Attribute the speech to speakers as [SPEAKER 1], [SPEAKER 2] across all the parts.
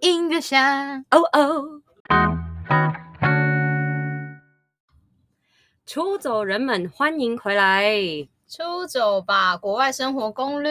[SPEAKER 1] 音乐响，
[SPEAKER 2] 哦哦。出走人们，欢迎回来！
[SPEAKER 1] 出走吧，国外生活攻略。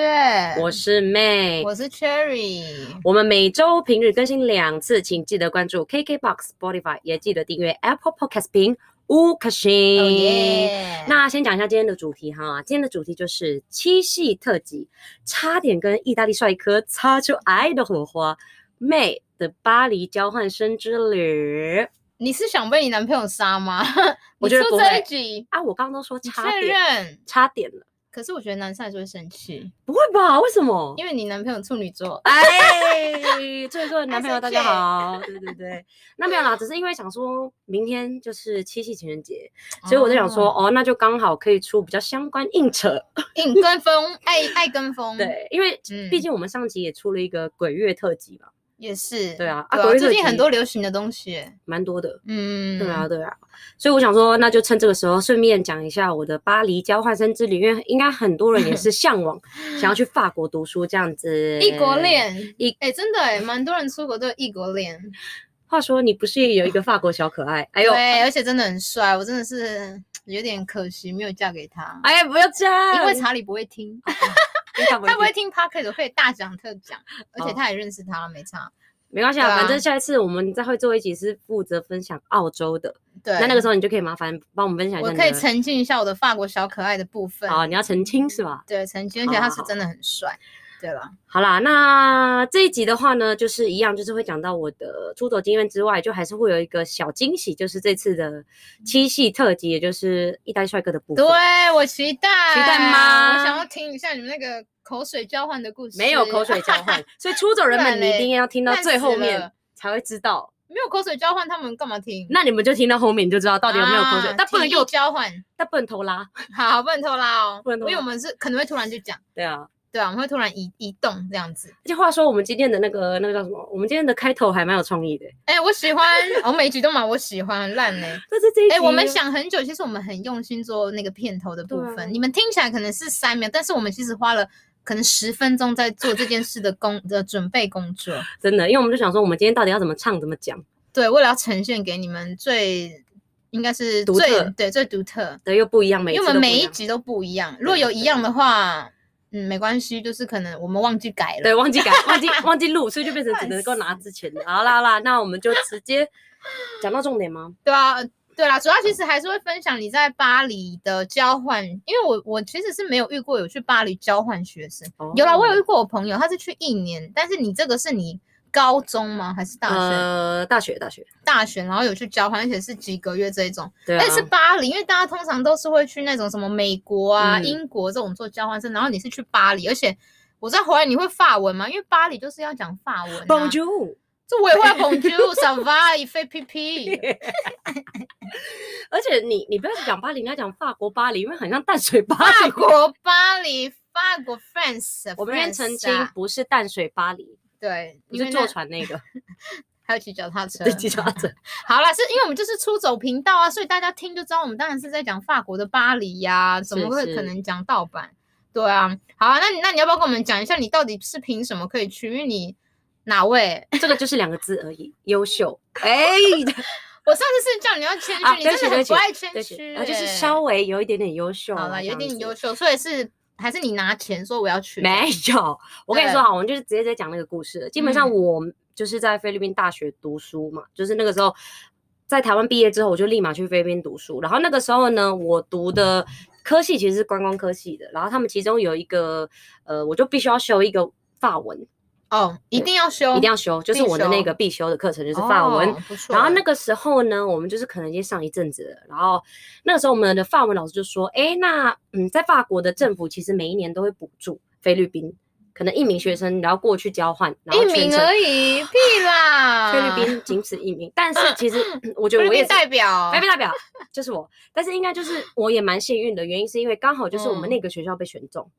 [SPEAKER 2] 我是妹，
[SPEAKER 1] 我是 Cherry，
[SPEAKER 2] 我们每周平日更新两次，请记得关注 KKBox、Spotify，也记得订阅 Apple Podcast 评五颗星。
[SPEAKER 1] 哦耶！
[SPEAKER 2] 那先讲一下今天的主题哈，今天的主题就是七夕特辑，差点跟意大利帅哥擦出爱的火花，妹的巴黎交换生之旅
[SPEAKER 1] 你是想被你男朋友杀吗？ 你
[SPEAKER 2] 我觉得
[SPEAKER 1] 出
[SPEAKER 2] 不
[SPEAKER 1] 这
[SPEAKER 2] 会
[SPEAKER 1] 一集，
[SPEAKER 2] 啊！我刚刚都说
[SPEAKER 1] 你
[SPEAKER 2] 差
[SPEAKER 1] 确
[SPEAKER 2] 点，
[SPEAKER 1] 认？
[SPEAKER 2] 差点了，
[SPEAKER 1] 可是我觉得男生还是会生气，
[SPEAKER 2] 不会吧？为什么？
[SPEAKER 1] 因为你男朋友处女座。
[SPEAKER 2] 哎，这位各位男 朋友，
[SPEAKER 1] 还
[SPEAKER 2] 大
[SPEAKER 1] 生
[SPEAKER 2] 家好，对对对，那没有啦，只是因为想说明天就是七夕情人节，所以我就想说，
[SPEAKER 1] 哦
[SPEAKER 2] 哦，那就刚好可以出比较相关硬扯，
[SPEAKER 1] 硬跟风，爱爱跟风，，
[SPEAKER 2] 对，因为
[SPEAKER 1] 嗯
[SPEAKER 2] 毕竟我们上集也出了一个鬼月特辑嘛，
[SPEAKER 1] 也是，
[SPEAKER 2] 对啊啊
[SPEAKER 1] 对
[SPEAKER 2] 国语
[SPEAKER 1] 最
[SPEAKER 2] 特
[SPEAKER 1] 近很
[SPEAKER 2] 辑
[SPEAKER 1] 多流行的东西，
[SPEAKER 2] 蛮多的，
[SPEAKER 1] 嗯，
[SPEAKER 2] 对啊，对啊，所以我想说，那就趁这个时候顺便讲一下我的巴黎交换生之旅，因为应该很多人也是向 往想要去法国读书这样子，
[SPEAKER 1] 异国。恋，
[SPEAKER 2] 异
[SPEAKER 1] 哎、真的哎，蛮多人出国都有异国恋，
[SPEAKER 2] 话说你不是也有一个法国小可爱？哎呦，
[SPEAKER 1] 对，而且真的很帅，我真的是有点可惜没有嫁给他，
[SPEAKER 2] 哎呀，不要这样，
[SPEAKER 1] 因为查理不会听，
[SPEAKER 2] 啊他
[SPEAKER 1] 他不会听 p o d c a s 会大讲特讲，而且
[SPEAKER 2] 哦
[SPEAKER 1] 他也认识他了，没差。
[SPEAKER 2] 没关系啊，
[SPEAKER 1] 对啊
[SPEAKER 2] 反正下一次我们再会做一集是负责分享澳洲的，
[SPEAKER 1] 对，
[SPEAKER 2] 那那个时候你就可以麻烦帮我们分享一下
[SPEAKER 1] 我
[SPEAKER 2] 你
[SPEAKER 1] 可以
[SPEAKER 2] 的。
[SPEAKER 1] 澄清一下我的法国小可爱的部分，
[SPEAKER 2] 啊，你要澄清哦是吧？
[SPEAKER 1] 对，澄清，而
[SPEAKER 2] 好
[SPEAKER 1] 且他
[SPEAKER 2] 好
[SPEAKER 1] 是
[SPEAKER 2] 好
[SPEAKER 1] 真的很帅。对了，
[SPEAKER 2] 好啦，那这一集的话呢，就是一样，就是会讲到我的出走经验之外，就还是会有一个小惊喜，就是这次的七夕特辑，也就是意大利帅哥的部分。
[SPEAKER 1] 对，我期待，
[SPEAKER 2] 期待吗
[SPEAKER 1] 我想要听一下你们那个口水交换的故事。
[SPEAKER 2] 没有口水交换，所以出走人们
[SPEAKER 1] 不然
[SPEAKER 2] 你
[SPEAKER 1] 嘞
[SPEAKER 2] 一定要听到
[SPEAKER 1] 烂
[SPEAKER 2] 最
[SPEAKER 1] 死
[SPEAKER 2] 后 面
[SPEAKER 1] 了
[SPEAKER 2] 才会知道，
[SPEAKER 1] 没有口水交换，他们干嘛听？
[SPEAKER 2] 那你们就听到后面你就知道到底有没有口水，
[SPEAKER 1] 啊
[SPEAKER 2] 但不能
[SPEAKER 1] 提
[SPEAKER 2] 给我
[SPEAKER 1] 议，交换，
[SPEAKER 2] 但不能偷拉。
[SPEAKER 1] 好，不能偷拉哦，
[SPEAKER 2] 不能偷拉
[SPEAKER 1] 因为我们是可能会突然就讲，
[SPEAKER 2] 对啊，
[SPEAKER 1] 对啊，我们会突然移移动这样子。
[SPEAKER 2] 而且话说我们今天的那个那个叫什么？我们今天的开头还蛮有创意的、
[SPEAKER 1] 哎、我喜欢，我每一集都蛮我喜欢，很烂呢、
[SPEAKER 2] 但是这一集
[SPEAKER 1] 哎、我们想很久，其实我们很用心做那个片头的部
[SPEAKER 2] 对啊
[SPEAKER 1] 分。你们听起来可能是三秒，但是我们其实花了可能十分钟在做这件事的工的准备工作。
[SPEAKER 2] 真的，因为我们就想说，我们今天到底要怎么唱，怎么讲？
[SPEAKER 1] 对，为了要呈现给你们最应该是
[SPEAKER 2] 独
[SPEAKER 1] 最
[SPEAKER 2] 特
[SPEAKER 1] 对最独特，
[SPEAKER 2] 对，又不一样，每一
[SPEAKER 1] 因
[SPEAKER 2] 次
[SPEAKER 1] 为
[SPEAKER 2] 都
[SPEAKER 1] 我
[SPEAKER 2] 不
[SPEAKER 1] 们
[SPEAKER 2] 一
[SPEAKER 1] 每一
[SPEAKER 2] 样
[SPEAKER 1] 集都不一样。如果有
[SPEAKER 2] 对
[SPEAKER 1] 一
[SPEAKER 2] 对
[SPEAKER 1] 样的话，嗯，没关系，就是可能我们忘记改了。
[SPEAKER 2] 对忘记改，忘记忘记录，所以就变成只能够拿之前的。好啦好啦，那我们就直接讲到重点吗？
[SPEAKER 1] 对啊，对啦，主要其实还是会分享你在巴黎的交换，因为我我其实是没有遇过有去巴黎交换学生，
[SPEAKER 2] 哦
[SPEAKER 1] 有啦，我有遇过我朋友，他是去一年，但是你这个是你高中吗？还是大学？
[SPEAKER 2] 呃，大学大学，
[SPEAKER 1] 大学然后有去交换，而且是几个月这一种，
[SPEAKER 2] 对啊，
[SPEAKER 1] 但是巴黎，因为大家通常都是会去那种什么美国啊、
[SPEAKER 2] 嗯
[SPEAKER 1] 英国这种做交换生，然后你是去巴黎，而且。我在回来你会法文吗？因为巴黎就是要讲法文、啊。
[SPEAKER 2] Bonjour
[SPEAKER 1] 这我也会啊 Bonjour、Savai、飞 P P。
[SPEAKER 2] 而且你你不要讲巴黎，你要讲法国巴黎，因为很像淡水巴
[SPEAKER 1] 法
[SPEAKER 2] 黎。
[SPEAKER 1] 国巴黎，法国 France，
[SPEAKER 2] 我们先
[SPEAKER 1] France
[SPEAKER 2] 澄清
[SPEAKER 1] 啊，
[SPEAKER 2] 不是淡水巴黎，
[SPEAKER 1] 对，
[SPEAKER 2] 不
[SPEAKER 1] 因
[SPEAKER 2] 是
[SPEAKER 1] 为
[SPEAKER 2] 坐
[SPEAKER 1] 那，
[SPEAKER 2] 船 那个，
[SPEAKER 1] 还有骑脚踏车
[SPEAKER 2] 对，。记住啊，这
[SPEAKER 1] 好啦，是因为我们就是出走频道啊，所以大家听就知道我们当然是在讲法国的巴黎呀、怎么
[SPEAKER 2] 是
[SPEAKER 1] 会
[SPEAKER 2] 是
[SPEAKER 1] 可能讲盗版？对啊，好啊，那你那你要不要跟我们讲一下，你到底是凭什么可以去？因为你哪位？
[SPEAKER 2] 这个就是两个字而已，优秀。哎，
[SPEAKER 1] 我上次是叫你要谦虚，
[SPEAKER 2] 啊
[SPEAKER 1] 你
[SPEAKER 2] 对
[SPEAKER 1] 真
[SPEAKER 2] 不起
[SPEAKER 1] 的
[SPEAKER 2] 对
[SPEAKER 1] 很
[SPEAKER 2] 不起
[SPEAKER 1] 不爱谦
[SPEAKER 2] 对，
[SPEAKER 1] 虚、
[SPEAKER 2] 啊，就
[SPEAKER 1] 欸
[SPEAKER 2] 是稍微有一点点优秀啦。
[SPEAKER 1] 好啦，有一点优
[SPEAKER 2] 秀。
[SPEAKER 1] 秀，所以是还是你拿钱说我要去？
[SPEAKER 2] 没有，我跟你说
[SPEAKER 1] 对
[SPEAKER 2] 好，我们就是直接在讲那个故事了。基本上
[SPEAKER 1] 嗯
[SPEAKER 2] 我就是在菲律宾大学读书嘛，就是那个时候在台湾毕业之后，我就立马去菲律宾读书。然后那个时候呢，我读的科系其实是观光科系的，然后他们其中有一个呃，我就必须要修一个法文，
[SPEAKER 1] 哦，一定要修，
[SPEAKER 2] 一定要修，就是我的
[SPEAKER 1] 必修
[SPEAKER 2] 那个必修的课程就是法文。
[SPEAKER 1] 哦，不错
[SPEAKER 2] 然后那
[SPEAKER 1] 欸
[SPEAKER 2] 个时候呢，我们就是可能已经上一阵子了。然后那个时候我们的法文老师就说：“哎，那嗯，在法国的政府其实每一年都会补助菲律宾，可能一名学生然后过去交换，然后
[SPEAKER 1] 一
[SPEAKER 2] 全
[SPEAKER 1] 名
[SPEAKER 2] 程
[SPEAKER 1] 而 已，屁啦！
[SPEAKER 2] 菲律宾仅此一名。但是其 实我觉
[SPEAKER 1] 菲律
[SPEAKER 2] 得我
[SPEAKER 1] 宾
[SPEAKER 2] 也是
[SPEAKER 1] 代表，啊
[SPEAKER 2] 菲律宾代表就是我，但是应该就是我也蛮幸运的，原因是因为刚好就是我
[SPEAKER 1] 嗯
[SPEAKER 2] 们那个学校被选中，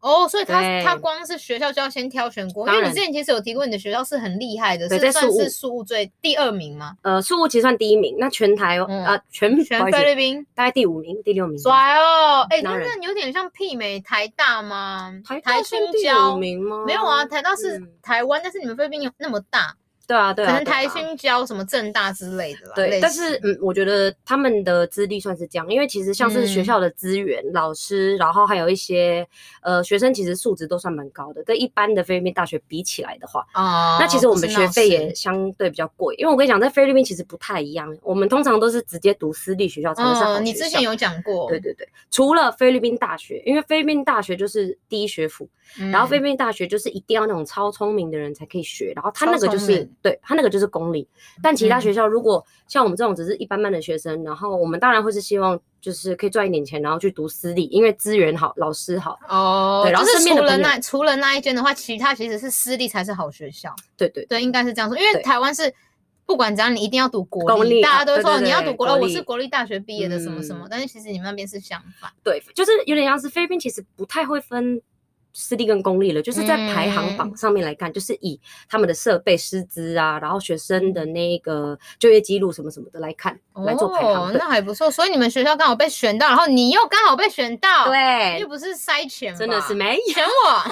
[SPEAKER 1] 哦，所以他
[SPEAKER 2] 对
[SPEAKER 1] 他光是学校就要先挑选过，因
[SPEAKER 2] 当
[SPEAKER 1] 为
[SPEAKER 2] 然
[SPEAKER 1] 你之前其实有提过你的学校是很厉害的，
[SPEAKER 2] 对
[SPEAKER 1] 是
[SPEAKER 2] 在
[SPEAKER 1] 算
[SPEAKER 2] 宿
[SPEAKER 1] 是
[SPEAKER 2] 务
[SPEAKER 1] 数最第二名吗？
[SPEAKER 2] 呃，数物其实算第一名，那全台啊、
[SPEAKER 1] 嗯
[SPEAKER 2] 全
[SPEAKER 1] 全
[SPEAKER 2] 不好意思
[SPEAKER 1] 菲律宾，
[SPEAKER 2] 大概第五名、第六名。
[SPEAKER 1] 帅哦！哎，那
[SPEAKER 2] 当然
[SPEAKER 1] 那有点像媲美台大吗？
[SPEAKER 2] 台
[SPEAKER 1] 台
[SPEAKER 2] 大算
[SPEAKER 1] 青
[SPEAKER 2] 第五
[SPEAKER 1] 交
[SPEAKER 2] 名吗？
[SPEAKER 1] 没有啊，台大是
[SPEAKER 2] 嗯
[SPEAKER 1] 台湾，但是你们菲律宾有那么大，
[SPEAKER 2] 对啊，对
[SPEAKER 1] 可
[SPEAKER 2] 啊，
[SPEAKER 1] 能
[SPEAKER 2] 对啊
[SPEAKER 1] 台新交什么正大之类的啦。
[SPEAKER 2] 对，
[SPEAKER 1] 类
[SPEAKER 2] 但
[SPEAKER 1] 似
[SPEAKER 2] 是嗯，我觉得他们的资历算是这样，因为其实像是学
[SPEAKER 1] 嗯
[SPEAKER 2] 校的资源、老师，然后还有一些呃学生，其实素质都算蛮高的，跟一般的菲律宾大学比起来的话，
[SPEAKER 1] 哦，
[SPEAKER 2] 那其实我们的
[SPEAKER 1] 不是
[SPEAKER 2] 学
[SPEAKER 1] 闹
[SPEAKER 2] 费
[SPEAKER 1] 事
[SPEAKER 2] 也相对比较贵。因为我跟你讲，在菲律宾其实不太一样，我们通常都是直接读私立学校才会是好学校。
[SPEAKER 1] 嗯，你之前有讲过，
[SPEAKER 2] 对对对，除了菲律宾大学，因为菲律宾大学就是第一学府，然后
[SPEAKER 1] 嗯
[SPEAKER 2] 菲律宾大学就是一定要那种超聪明的人才可以学，然后他
[SPEAKER 1] 超
[SPEAKER 2] 那个就
[SPEAKER 1] 聪
[SPEAKER 2] 是
[SPEAKER 1] 明
[SPEAKER 2] 对他那个就是公立，但其他
[SPEAKER 1] 嗯
[SPEAKER 2] 学校如果像我们这种只是一般般的学生，然后我们当然会是希望就是可以赚一点钱，然后去读私立，因为资源好，老师好，
[SPEAKER 1] 哦
[SPEAKER 2] 对，然后
[SPEAKER 1] 就是
[SPEAKER 2] 身边
[SPEAKER 1] 除
[SPEAKER 2] 的
[SPEAKER 1] 了
[SPEAKER 2] 朋友
[SPEAKER 1] 那除了那一间的话，其他其实是私立才是好学校。
[SPEAKER 2] 对对
[SPEAKER 1] 对，应该是这样说，因为
[SPEAKER 2] 对
[SPEAKER 1] 台湾是不管怎样，你一定要读国
[SPEAKER 2] 公立
[SPEAKER 1] 大
[SPEAKER 2] 啊
[SPEAKER 1] 家都会
[SPEAKER 2] 对
[SPEAKER 1] 说哦
[SPEAKER 2] 对
[SPEAKER 1] 你要
[SPEAKER 2] 对
[SPEAKER 1] 读国，
[SPEAKER 2] 国
[SPEAKER 1] 哦我
[SPEAKER 2] 立
[SPEAKER 1] 是国立大学毕业的什么什么，
[SPEAKER 2] 嗯
[SPEAKER 1] 但是其实你们那边是相反，
[SPEAKER 2] 对，就是有点像是菲律宾其实不太会分。私立跟公立了，就是在排
[SPEAKER 1] 嗯
[SPEAKER 2] 行榜上面来看，就是以他们的设备、师资啊，然后学生的那个就业记录什么什么的来看，来做排行。
[SPEAKER 1] 哦，
[SPEAKER 2] 对
[SPEAKER 1] 那还不错。所以你们学校刚好被选到，然后你又刚好被选到，，又
[SPEAKER 2] 对，
[SPEAKER 1] 不是塞钱吧，
[SPEAKER 2] 真的是没有，
[SPEAKER 1] 选我，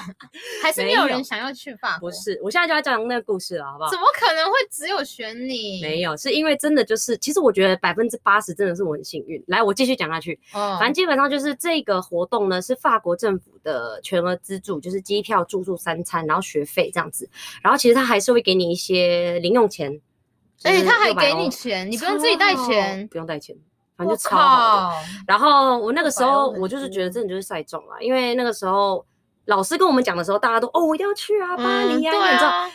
[SPEAKER 1] 还是没有
[SPEAKER 2] 没有
[SPEAKER 1] 人想要去法国？
[SPEAKER 2] 不，是，我现在就要讲那个故事了，好不好
[SPEAKER 1] 怎？么可能会只有选你？
[SPEAKER 2] 没有，是因为真的就是，其实我觉得百分之八十真的是我很幸运。来，我继续讲下去。
[SPEAKER 1] 哦，
[SPEAKER 2] 反正基本上就是这个活动呢，是法国政府的全额资助，就是机票、住宿、三餐，然后学费这样子。然后其实他还是会给你一些零用钱，
[SPEAKER 1] 而且哎他还
[SPEAKER 2] 就是600
[SPEAKER 1] 给
[SPEAKER 2] 欧
[SPEAKER 1] 你，钱，你不用自己带
[SPEAKER 2] 超好
[SPEAKER 1] 钱。
[SPEAKER 2] 不用带钱，反正
[SPEAKER 1] 我
[SPEAKER 2] 就超好的。
[SPEAKER 1] 靠！
[SPEAKER 2] 然后我那个时
[SPEAKER 1] 600欧
[SPEAKER 2] 候
[SPEAKER 1] 很
[SPEAKER 2] 我就是觉得
[SPEAKER 1] 多
[SPEAKER 2] 真的就是赛中了，因为那个时候老师跟我们讲的时候，大家都哦我一定要去啊，巴黎
[SPEAKER 1] 嗯
[SPEAKER 2] 呀、
[SPEAKER 1] 对
[SPEAKER 2] 你知道
[SPEAKER 1] 啊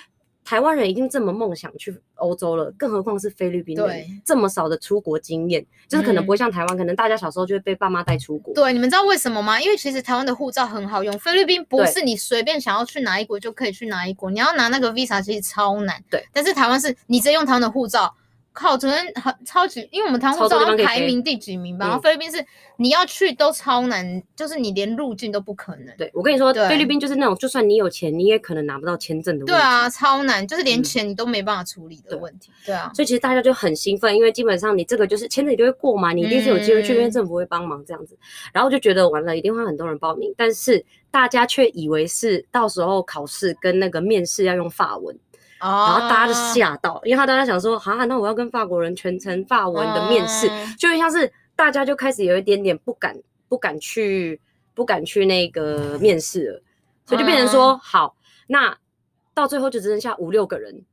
[SPEAKER 2] 台湾人已经这么梦想去欧洲了，更何况是菲律宾
[SPEAKER 1] 对
[SPEAKER 2] 人这么少的出国经验，就是可能
[SPEAKER 1] 嗯
[SPEAKER 2] 不会像台湾，可能大家小时候就会被爸妈带出国。
[SPEAKER 1] 对，你们知道为什么吗？因为其实台湾的护照很好用，菲律宾不
[SPEAKER 2] 对
[SPEAKER 1] 是你随便想要去哪一国就可以去哪一国，你要拿那个 visa 其实超难。
[SPEAKER 2] 对，
[SPEAKER 1] 但是台湾是你直接用台湾的护照，靠，昨天很超级，因为我们台湾护
[SPEAKER 2] 超
[SPEAKER 1] 照
[SPEAKER 2] 多地
[SPEAKER 1] 好像
[SPEAKER 2] 方可
[SPEAKER 1] 排
[SPEAKER 2] 以飞
[SPEAKER 1] 名第几名吧，然后
[SPEAKER 2] 嗯
[SPEAKER 1] 菲律宾是你要去都超难，就是你连入境都不可能。
[SPEAKER 2] 对，我跟你说，
[SPEAKER 1] 对
[SPEAKER 2] 菲律宾就是那种，就算你有钱，你也可能拿不到签证的问题。
[SPEAKER 1] 对啊，，超难，就是连
[SPEAKER 2] 嗯
[SPEAKER 1] 钱你都没办法处理的
[SPEAKER 2] 对
[SPEAKER 1] 问题。对啊，
[SPEAKER 2] 所以其实大家就很兴奋，因为基本上你这个就是签证你就会过嘛，你一定是有机会去，因为
[SPEAKER 1] 嗯
[SPEAKER 2] 政府会帮忙这样子。然后就觉得完了，一定会很多人报名，但是大家却以为是到时候考试跟那个面试要用法文，
[SPEAKER 1] 哦
[SPEAKER 2] 然后大家就吓到，因为他大家想说，啊，那我要跟法国人全程法文的面试，
[SPEAKER 1] 嗯
[SPEAKER 2] 就像是大家就开始有一点点不敢不敢去不敢去那个面试了，所以就变成说，好，那到最后就只剩下五六个人，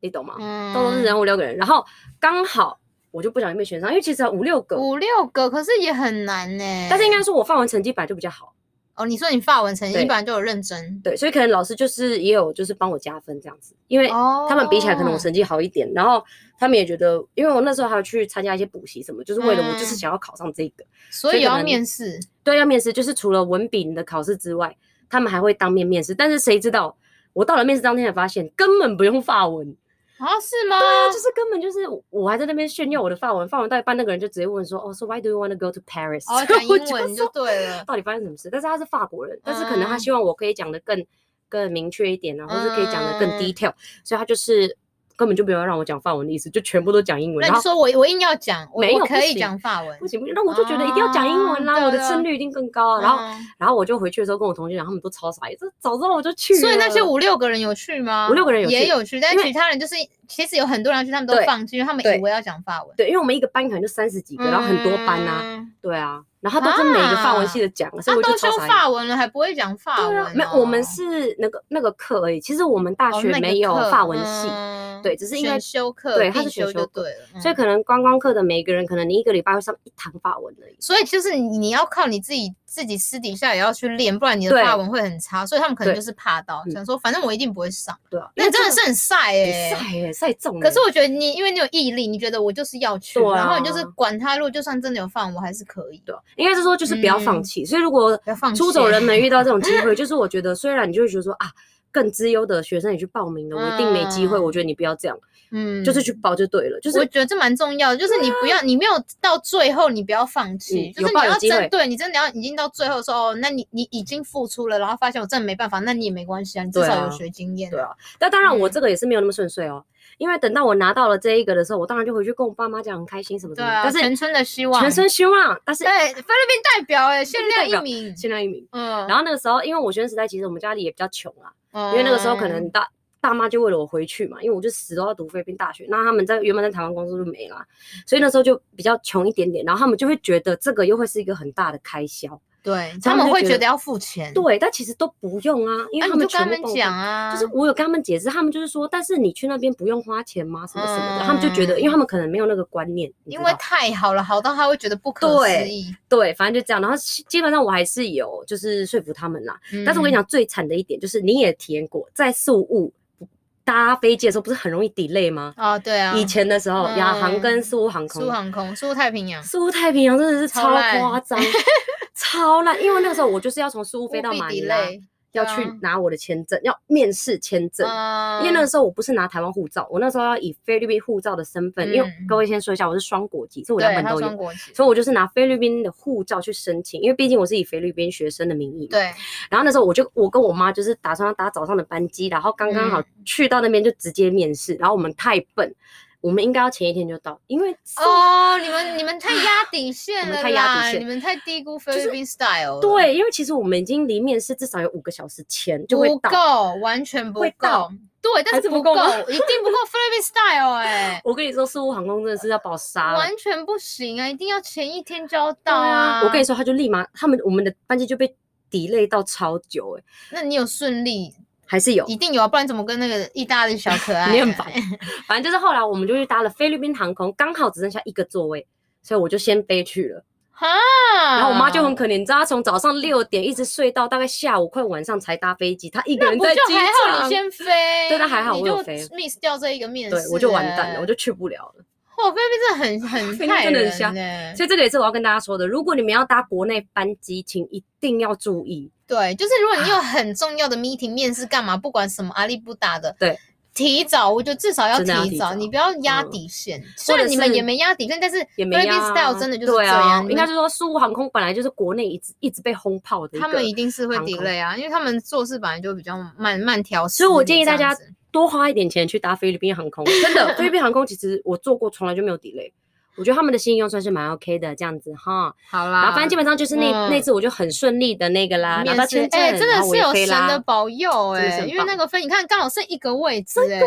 [SPEAKER 2] 你懂吗？
[SPEAKER 1] 嗯
[SPEAKER 2] 到时候是人五六个人，然后刚好我就不小心被选上，因为其实有五六个，
[SPEAKER 1] 五六个，可是也很难呢、
[SPEAKER 2] 但是应该说我法文成绩本来就比较好，
[SPEAKER 1] 哦，你说你法文成绩
[SPEAKER 2] 对
[SPEAKER 1] 本来就有认真，
[SPEAKER 2] 对，所以可能老师就是也有就是帮我加分这样子，因为
[SPEAKER 1] 哦
[SPEAKER 2] 他们比起来可能我成绩好一点，然后他们也觉得，因为我那时候还有去参加一些补习什么，就是为了我就是
[SPEAKER 1] 嗯
[SPEAKER 2] 想要考上这个，
[SPEAKER 1] 所
[SPEAKER 2] 所以
[SPEAKER 1] 以
[SPEAKER 2] 可
[SPEAKER 1] 要
[SPEAKER 2] 能
[SPEAKER 1] 面试。
[SPEAKER 2] 对，啊要面试就是除了文笔的考试之外，他们还会当面面试，但是谁知道我到了面试当天才发现根本不用法文，
[SPEAKER 1] 啊，是吗？
[SPEAKER 2] 对啊，就是根本就是我我还在那边炫耀我的法文，法文到一半那个人就直接问说，哦、s o why do you want to go to Paris？
[SPEAKER 1] 哦，讲
[SPEAKER 2] 我
[SPEAKER 1] 英文就
[SPEAKER 2] 说
[SPEAKER 1] 对了。
[SPEAKER 2] 到底发生什么事？但是他是法国人，但是可能他
[SPEAKER 1] 嗯
[SPEAKER 2] 希望我可以讲的更更明确一点啊，然后是可以讲的更
[SPEAKER 1] 嗯
[SPEAKER 2] detail，、所以他就是根本就没有让我讲法文的意思，就全部都讲英文。
[SPEAKER 1] 那
[SPEAKER 2] 然
[SPEAKER 1] 你
[SPEAKER 2] 后
[SPEAKER 1] 说我我硬要讲，我
[SPEAKER 2] 没有
[SPEAKER 1] 我可
[SPEAKER 2] 不
[SPEAKER 1] 以
[SPEAKER 2] 行
[SPEAKER 1] 讲法文
[SPEAKER 2] 不。行不行，那我就觉得一定要讲英文啦，
[SPEAKER 1] 啊
[SPEAKER 2] 我的
[SPEAKER 1] 对啊
[SPEAKER 2] 胜率一定更高啊。然后
[SPEAKER 1] 嗯
[SPEAKER 2] 然后我就回去的时候跟我同学讲，他们都超傻眼，这早知道我就去了。
[SPEAKER 1] 所以那些五六个人有去吗？
[SPEAKER 2] 五六个人有
[SPEAKER 1] 也
[SPEAKER 2] 去
[SPEAKER 1] 有去，但
[SPEAKER 2] 因为
[SPEAKER 1] 其他人就是其实有很多人要去，他们都
[SPEAKER 2] 对
[SPEAKER 1] 放弃，因为他们
[SPEAKER 2] 对
[SPEAKER 1] 以为要讲法文。
[SPEAKER 2] 对，因为我们一个班可能就三十几个，然后很多班呐、啊，
[SPEAKER 1] 嗯，
[SPEAKER 2] 对啊，然后他都跟每一个法文系的讲，所以
[SPEAKER 1] 他
[SPEAKER 2] 我就
[SPEAKER 1] 都
[SPEAKER 2] 超
[SPEAKER 1] 修
[SPEAKER 2] 傻眼。
[SPEAKER 1] 法文了，还不会讲法
[SPEAKER 2] 对
[SPEAKER 1] 文
[SPEAKER 2] 啊
[SPEAKER 1] 哦。，
[SPEAKER 2] 没有，我们是那个那个课而已。其实我们大
[SPEAKER 1] 哦
[SPEAKER 2] 学
[SPEAKER 1] 那个
[SPEAKER 2] 没有
[SPEAKER 1] 课
[SPEAKER 2] 法文系，
[SPEAKER 1] 嗯
[SPEAKER 2] 对只是因为
[SPEAKER 1] 选修课，
[SPEAKER 2] 对它
[SPEAKER 1] 必
[SPEAKER 2] 是选
[SPEAKER 1] 修就
[SPEAKER 2] 修课
[SPEAKER 1] 对了。
[SPEAKER 2] 所
[SPEAKER 1] 嗯
[SPEAKER 2] 以可能观光课的每一个人，可能你一个礼拜会上一堂法文而已。
[SPEAKER 1] 所以就是你你要靠你自己自己私底下也要去练，不然你的
[SPEAKER 2] 对
[SPEAKER 1] 法文会很差，所以他们可能
[SPEAKER 2] 对
[SPEAKER 1] 就是怕到
[SPEAKER 2] 嗯
[SPEAKER 1] 想说，反正我一定不会上。
[SPEAKER 2] 对啊，
[SPEAKER 1] 那你真的是很晒
[SPEAKER 2] 很
[SPEAKER 1] 哎、
[SPEAKER 2] 晒耶，晒中耶。
[SPEAKER 1] 可是我觉得你，因为你有毅力，你觉得我就是要去，
[SPEAKER 2] 对啊
[SPEAKER 1] 然后你就是管他，如果就算真的有放，我还是可以。
[SPEAKER 2] 对啊，应该是说就是不要放弃。所以如果
[SPEAKER 1] 嗯不要放弃
[SPEAKER 2] 出走人们遇到这种机 会，就是我觉得虽然你就会觉得说啊。更资优的学生也去报名了，我一定没机会。
[SPEAKER 1] 嗯
[SPEAKER 2] 我觉得你不要这样，
[SPEAKER 1] 嗯，
[SPEAKER 2] 就是去报就对了。就是
[SPEAKER 1] 我觉得这蛮重要的，就是你不要，你没有到最后，你不要放弃，
[SPEAKER 2] 嗯
[SPEAKER 1] 就是
[SPEAKER 2] 有抱
[SPEAKER 1] 你
[SPEAKER 2] 有
[SPEAKER 1] 要
[SPEAKER 2] 机
[SPEAKER 1] 真
[SPEAKER 2] 会
[SPEAKER 1] 对你真的要已经到最后说，哦，那你你已经付出了，然后发现我真的没办法，那你也没关系啊，你至
[SPEAKER 2] 对
[SPEAKER 1] 少有
[SPEAKER 2] 啊
[SPEAKER 1] 学经验、
[SPEAKER 2] 对啊那当然，我
[SPEAKER 1] 嗯
[SPEAKER 2] 这个也是没有那么顺遂哦。因为等到我拿到了这一个的时候，我当然就回去跟我爸妈讲，很开心什么什
[SPEAKER 1] 对
[SPEAKER 2] 么。
[SPEAKER 1] 啊，
[SPEAKER 2] 但是
[SPEAKER 1] 全村的希望，啊
[SPEAKER 2] 全村希望，但是
[SPEAKER 1] 对菲律宾代表哎、限
[SPEAKER 2] 代
[SPEAKER 1] 量
[SPEAKER 2] 表
[SPEAKER 1] 一名，
[SPEAKER 2] 限量一名。
[SPEAKER 1] 嗯，
[SPEAKER 2] 然后那个时候，因为我学生时代其实我们家里也比较穷啊，
[SPEAKER 1] 后嗯
[SPEAKER 2] 因为那个时候可能大爸妈就为了我回去嘛，因为我就死都要读菲律宾大学。那他们在原本在台湾工作就没啦，所以那时候就比较穷一点点，然后他们就会觉得这个又会是一个很大的开销。
[SPEAKER 1] 对
[SPEAKER 2] 他
[SPEAKER 1] 他
[SPEAKER 2] 们
[SPEAKER 1] 们
[SPEAKER 2] 就
[SPEAKER 1] 会
[SPEAKER 2] 觉
[SPEAKER 1] 觉
[SPEAKER 2] 得
[SPEAKER 1] 得要付钱，
[SPEAKER 2] 对，但其实都不用啊，因
[SPEAKER 1] 那
[SPEAKER 2] 为他
[SPEAKER 1] 你就
[SPEAKER 2] 们
[SPEAKER 1] 跟
[SPEAKER 2] 全
[SPEAKER 1] 他
[SPEAKER 2] 部
[SPEAKER 1] 们
[SPEAKER 2] 帮我
[SPEAKER 1] 讲啊，
[SPEAKER 2] 就是我有跟他们解释，他们就是说，但是你去那边不用花钱吗？什么什么的，他们就觉得，因为他们可能没有那个观念，你
[SPEAKER 1] 嗯因
[SPEAKER 2] 知
[SPEAKER 1] 为
[SPEAKER 2] 道
[SPEAKER 1] 太好了，好到他会觉得不可
[SPEAKER 2] 对
[SPEAKER 1] 思议。
[SPEAKER 2] 对，反正就这样。然后基基本上我还是有就是说服他们啦。但是我跟你
[SPEAKER 1] 嗯
[SPEAKER 2] 讲，最惨的一点就是你也体验过，在宿务搭飞机的时候，不是很容易 delay 吗？
[SPEAKER 1] 嗯，哦，对啊，
[SPEAKER 2] 以前的时候，亚航
[SPEAKER 1] 嗯
[SPEAKER 2] 跟宿务航空
[SPEAKER 1] 苏，航空、苏太平洋，
[SPEAKER 2] 宿务太平洋真的是
[SPEAKER 1] 超
[SPEAKER 2] 超
[SPEAKER 1] 烂
[SPEAKER 2] 夸 张，超烂。因为那个时候我就是要从宿务飞到
[SPEAKER 1] 务必
[SPEAKER 2] 马尼
[SPEAKER 1] 抵
[SPEAKER 2] 拉，
[SPEAKER 1] 赖
[SPEAKER 2] 要
[SPEAKER 1] 对
[SPEAKER 2] 去
[SPEAKER 1] 啊
[SPEAKER 2] 拿我的签证，要面试签证。
[SPEAKER 1] 嗯
[SPEAKER 2] 因为那个时候我不是拿台湾护照，我那时候要以菲律宾护照的身份，因为
[SPEAKER 1] 嗯
[SPEAKER 2] 各位先说一下，我是双国籍，所以我两
[SPEAKER 1] 对
[SPEAKER 2] 本
[SPEAKER 1] 他
[SPEAKER 2] 都
[SPEAKER 1] 双
[SPEAKER 2] 有，
[SPEAKER 1] 国籍，
[SPEAKER 2] 所以我就是拿菲律宾的护照去申请，因为毕竟我是以菲律宾学生的名义。。
[SPEAKER 1] 对，
[SPEAKER 2] 然后那时候我就我跟我妈就是打算要搭早上的班机，然后刚刚好
[SPEAKER 1] 嗯
[SPEAKER 2] 去到那边就直接面试，然后我们太笨，我们应该要前一天就到，因为是
[SPEAKER 1] 哦，你们你们太压底线
[SPEAKER 2] 们
[SPEAKER 1] 了
[SPEAKER 2] 太压底
[SPEAKER 1] 啦，
[SPEAKER 2] 线
[SPEAKER 1] 你们太低估菲
[SPEAKER 2] 就
[SPEAKER 1] 律宾 style 了，
[SPEAKER 2] 对，因为其实我们已经离面试至少有五个小时前就会
[SPEAKER 1] 不
[SPEAKER 2] 到。
[SPEAKER 1] 够，完全不
[SPEAKER 2] 会到
[SPEAKER 1] 够，对，
[SPEAKER 2] 还
[SPEAKER 1] 但
[SPEAKER 2] 是
[SPEAKER 1] 是
[SPEAKER 2] 不
[SPEAKER 1] 不
[SPEAKER 2] 够
[SPEAKER 1] 够，
[SPEAKER 2] 吗。
[SPEAKER 1] 一定不够菲律宾 style 哎
[SPEAKER 2] 我跟你说，苏务航空真的是要把我杀了。
[SPEAKER 1] 完全不行啊！一定要前一天交到
[SPEAKER 2] 对
[SPEAKER 1] 啊！
[SPEAKER 2] 我跟你
[SPEAKER 1] 你，
[SPEAKER 2] 说，他就立马他们我们的班机就被 delay 到超久、欸，
[SPEAKER 1] 那你有顺利，
[SPEAKER 2] 还是有，
[SPEAKER 1] 一定有啊，不然怎么跟那个意大利 小可爱？
[SPEAKER 2] 你很烦。反正就是后来我们就去搭了菲律宾航空，刚好只剩下一个座位，所以我就先飞去了。
[SPEAKER 1] 哈！
[SPEAKER 2] 然
[SPEAKER 1] 然
[SPEAKER 2] 后我妈就很可怜，你知道，她从早上六点一直睡到大概下午快晚上才搭飞机，她一个人
[SPEAKER 1] 不
[SPEAKER 2] 在
[SPEAKER 1] 就
[SPEAKER 2] 机
[SPEAKER 1] 还好
[SPEAKER 2] 场。
[SPEAKER 1] 你先飞，
[SPEAKER 2] 对但还好
[SPEAKER 1] 你
[SPEAKER 2] 我有
[SPEAKER 1] 就
[SPEAKER 2] 飞
[SPEAKER 1] miss 掉这一个面试，
[SPEAKER 2] 对，我就完蛋了，我就去不了了。
[SPEAKER 1] 我菲律宾真的很
[SPEAKER 2] 菲
[SPEAKER 1] 很
[SPEAKER 2] 律宾
[SPEAKER 1] 害
[SPEAKER 2] 真的很
[SPEAKER 1] 人
[SPEAKER 2] 瞎
[SPEAKER 1] 欸
[SPEAKER 2] 所以这个也是我要跟大家说的，如果你们要搭国内班机，请一定要注意。
[SPEAKER 1] 对，就是如果你有很重要的 meeting 面试干嘛，不管什么阿里不打的，
[SPEAKER 2] 对，
[SPEAKER 1] 提早我就至少要
[SPEAKER 2] 真
[SPEAKER 1] 提
[SPEAKER 2] 的要
[SPEAKER 1] 早，
[SPEAKER 2] 提早
[SPEAKER 1] 你不要压
[SPEAKER 2] 嗯
[SPEAKER 1] 底线。虽
[SPEAKER 2] 或
[SPEAKER 1] 然
[SPEAKER 2] 者
[SPEAKER 1] 你们也
[SPEAKER 2] 是
[SPEAKER 1] 没压底线，但是菲
[SPEAKER 2] 也没
[SPEAKER 1] 律宾
[SPEAKER 2] 呀、
[SPEAKER 1] style 真的就是这
[SPEAKER 2] 对啊
[SPEAKER 1] 样，，
[SPEAKER 2] 应该
[SPEAKER 1] 是
[SPEAKER 2] 是说苏航空本来就是国内一直一直被轰炮的一个，
[SPEAKER 1] 他们一定是会
[SPEAKER 2] 航空
[SPEAKER 1] delay 啊，因为他们做事本来就比较慢慢调思
[SPEAKER 2] 所
[SPEAKER 1] 理这样子。
[SPEAKER 2] 以我建议大家多花一点钱去搭菲律宾航空。真的，菲律宾航空其实我坐过，从来就没有 delay。我觉得他们的信用算是蛮 OK 的，这样子哈。
[SPEAKER 1] 好啦，
[SPEAKER 2] 然后反正基本上就是那、
[SPEAKER 1] 啊嗯
[SPEAKER 2] 那次我就很顺利的那个啦，拿
[SPEAKER 1] 面
[SPEAKER 2] 到
[SPEAKER 1] 试
[SPEAKER 2] 签证，
[SPEAKER 1] 哎、真
[SPEAKER 2] 然
[SPEAKER 1] 的
[SPEAKER 2] 后我
[SPEAKER 1] 是
[SPEAKER 2] 也
[SPEAKER 1] 有
[SPEAKER 2] 飞
[SPEAKER 1] 神的
[SPEAKER 2] 啦。
[SPEAKER 1] 保佑
[SPEAKER 2] 真的
[SPEAKER 1] 哎、
[SPEAKER 2] 是很
[SPEAKER 1] 因为那
[SPEAKER 2] 棒
[SPEAKER 1] 个分，你看刚好剩一个位置哎、
[SPEAKER 2] 啊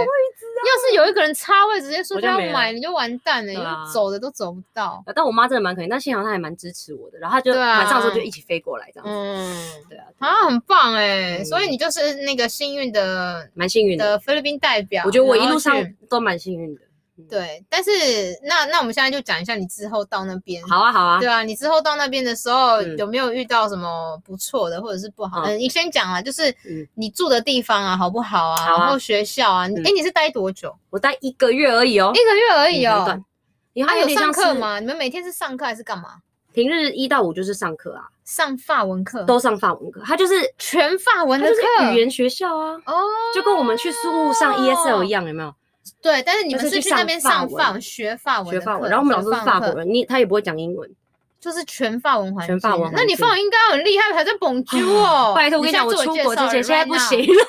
[SPEAKER 1] 要是有一个人插位，直接说
[SPEAKER 2] 我
[SPEAKER 1] 他
[SPEAKER 2] 就
[SPEAKER 1] 要
[SPEAKER 2] 没
[SPEAKER 1] 买，
[SPEAKER 2] 了
[SPEAKER 1] 你就完蛋了、
[SPEAKER 2] 对
[SPEAKER 1] 因
[SPEAKER 2] 啊
[SPEAKER 1] 为走的都走不到。
[SPEAKER 2] 但我妈真的蛮可怜，但幸好她还蛮支持我的，然后她就
[SPEAKER 1] 对啊
[SPEAKER 2] 晚上的时候就一起飞过来这样子。
[SPEAKER 1] 嗯，
[SPEAKER 2] 对啊，对
[SPEAKER 1] 啊，很棒哎、所以
[SPEAKER 2] 嗯
[SPEAKER 1] 你就是那个幸运的
[SPEAKER 2] 蛮幸运的。
[SPEAKER 1] 的菲律宾代表。
[SPEAKER 2] 我觉得我一
[SPEAKER 1] 然后
[SPEAKER 2] 路上
[SPEAKER 1] 去
[SPEAKER 2] 都蛮幸运的。嗯，
[SPEAKER 1] 对，但是那那我们现在就讲一下你之后到那边。
[SPEAKER 2] 好啊，好啊
[SPEAKER 1] 对。啊，你之后到那边的时候、
[SPEAKER 2] 嗯
[SPEAKER 1] 有没有遇到什么不错的，或者是不好？
[SPEAKER 2] 嗯
[SPEAKER 1] 嗯，你先讲啊，就是
[SPEAKER 2] 嗯
[SPEAKER 1] 你住的地方啊，好不好啊？
[SPEAKER 2] 好啊
[SPEAKER 1] 然后学校啊，你
[SPEAKER 2] 嗯
[SPEAKER 1] 哎、你是待多久？
[SPEAKER 2] 我待一个月而已哦，
[SPEAKER 1] 一个月而
[SPEAKER 2] 嗯
[SPEAKER 1] 已
[SPEAKER 2] 很
[SPEAKER 1] 哦。
[SPEAKER 2] 短。你
[SPEAKER 1] 啊，
[SPEAKER 2] 还
[SPEAKER 1] 有
[SPEAKER 2] 点
[SPEAKER 1] 上
[SPEAKER 2] 像
[SPEAKER 1] 课
[SPEAKER 2] 是？
[SPEAKER 1] 吗？你们每天是上课还是干嘛？
[SPEAKER 2] 平日一到五就是上课啊，
[SPEAKER 1] 上法文课，
[SPEAKER 2] 都上法文课，它就是
[SPEAKER 1] 全法文
[SPEAKER 2] 它
[SPEAKER 1] 的
[SPEAKER 2] 就是
[SPEAKER 1] 课
[SPEAKER 2] 语言学校啊，
[SPEAKER 1] 哦，
[SPEAKER 2] 就跟我们去苏务上 ESL 一样，有没有？
[SPEAKER 1] 对，但是你
[SPEAKER 2] 就
[SPEAKER 1] 们
[SPEAKER 2] 是
[SPEAKER 1] 是
[SPEAKER 2] 去
[SPEAKER 1] 去那
[SPEAKER 2] 上
[SPEAKER 1] 边
[SPEAKER 2] 法
[SPEAKER 1] 上
[SPEAKER 2] 文
[SPEAKER 1] 法文学法文
[SPEAKER 2] 学
[SPEAKER 1] 的
[SPEAKER 2] 法文，
[SPEAKER 1] 课
[SPEAKER 2] 然后我们老师
[SPEAKER 1] 学
[SPEAKER 2] 是
[SPEAKER 1] 法
[SPEAKER 2] 法
[SPEAKER 1] 文
[SPEAKER 2] 国
[SPEAKER 1] 课，
[SPEAKER 2] 人，你他也不会讲英文。
[SPEAKER 1] 就是全法文环
[SPEAKER 2] 全法文
[SPEAKER 1] 那
[SPEAKER 2] 环
[SPEAKER 1] 你
[SPEAKER 2] 境
[SPEAKER 1] 法文应该很厉害，还在蹦啾哦。
[SPEAKER 2] 拜托，我跟
[SPEAKER 1] 现
[SPEAKER 2] 你讲，
[SPEAKER 1] 在
[SPEAKER 2] 我
[SPEAKER 1] 自
[SPEAKER 2] 出
[SPEAKER 1] 介
[SPEAKER 2] 国之
[SPEAKER 1] 绍
[SPEAKER 2] 前
[SPEAKER 1] 了
[SPEAKER 2] 现在
[SPEAKER 1] right
[SPEAKER 2] 不
[SPEAKER 1] now
[SPEAKER 2] 行了，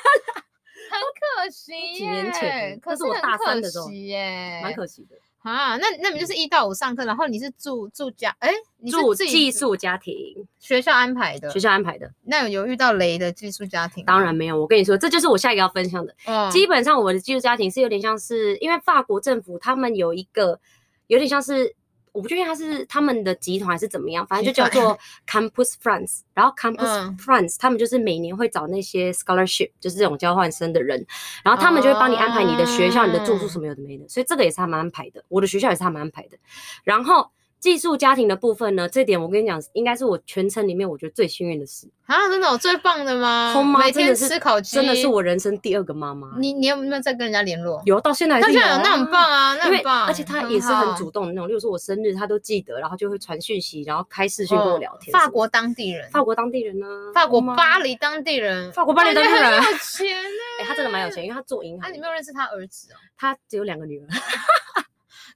[SPEAKER 1] 很可惜
[SPEAKER 2] 几年前
[SPEAKER 1] 耶
[SPEAKER 2] 那
[SPEAKER 1] 可
[SPEAKER 2] 是我
[SPEAKER 1] 很
[SPEAKER 2] 大
[SPEAKER 1] 可
[SPEAKER 2] 三的时候
[SPEAKER 1] 惜耶，
[SPEAKER 2] 蛮可惜的。
[SPEAKER 1] 啊。那那你就是一到五上课，然后你是住住家，哎，你是
[SPEAKER 2] 住
[SPEAKER 1] 自己
[SPEAKER 2] 寄宿家庭，
[SPEAKER 1] 学校安排的
[SPEAKER 2] 学，校安排的，
[SPEAKER 1] 那有遇到雷的寄宿家庭吗？
[SPEAKER 2] 当然没有。我跟你说，这就是我下一个要分享的。
[SPEAKER 1] 嗯，
[SPEAKER 2] 基本上我的寄宿家庭是有点像是，因为法国政府他们有一个有点像是，我不确定他是他们的集团还是怎么样，反正就
[SPEAKER 1] 集
[SPEAKER 2] 叫
[SPEAKER 1] 团
[SPEAKER 2] 做 Campus France。然后 Campus
[SPEAKER 1] 嗯
[SPEAKER 2] France、他们就是每年会找那些 scholarship，就是这种交换生的人，然后他们就会帮你安排你的学校、你的住宿什么有的没的，所以这个也是他们安排的。我的学校也是他们安排的，然后。寄宿家庭的部分呢，这点我跟你讲，应该是我全程里面我觉得最幸运的事。
[SPEAKER 1] 啊，真的有最棒的吗？
[SPEAKER 2] 空妈
[SPEAKER 1] 每
[SPEAKER 2] 真的
[SPEAKER 1] 天
[SPEAKER 2] 是
[SPEAKER 1] 吃烤鸡，
[SPEAKER 2] 真的是。我人生第二个妈妈。
[SPEAKER 1] 你你有没有在跟人家联络？
[SPEAKER 2] 有到现在还
[SPEAKER 1] 他
[SPEAKER 2] 是
[SPEAKER 1] 现
[SPEAKER 2] 有、
[SPEAKER 1] 在
[SPEAKER 2] 啊，
[SPEAKER 1] 有那很棒啊，那
[SPEAKER 2] 因为
[SPEAKER 1] 很棒，
[SPEAKER 2] 而且他也是很
[SPEAKER 1] 好
[SPEAKER 2] 主动的那种，例如说我生日，他都记得，然后就会传讯息，然后开视讯跟我
[SPEAKER 1] 嗯
[SPEAKER 2] 聊天什么的。
[SPEAKER 1] 法国当地人，
[SPEAKER 2] 法国当地人呢？
[SPEAKER 1] 法国
[SPEAKER 2] 好吗
[SPEAKER 1] 巴，黎当地人，
[SPEAKER 2] 法国巴黎当地人
[SPEAKER 1] 感觉很有钱呢。
[SPEAKER 2] 哎、他真的蛮有钱，因为他做银
[SPEAKER 1] 啊，
[SPEAKER 2] 行
[SPEAKER 1] 你
[SPEAKER 2] 的，
[SPEAKER 1] 没有认识他儿子哦，
[SPEAKER 2] 他只有两个女儿，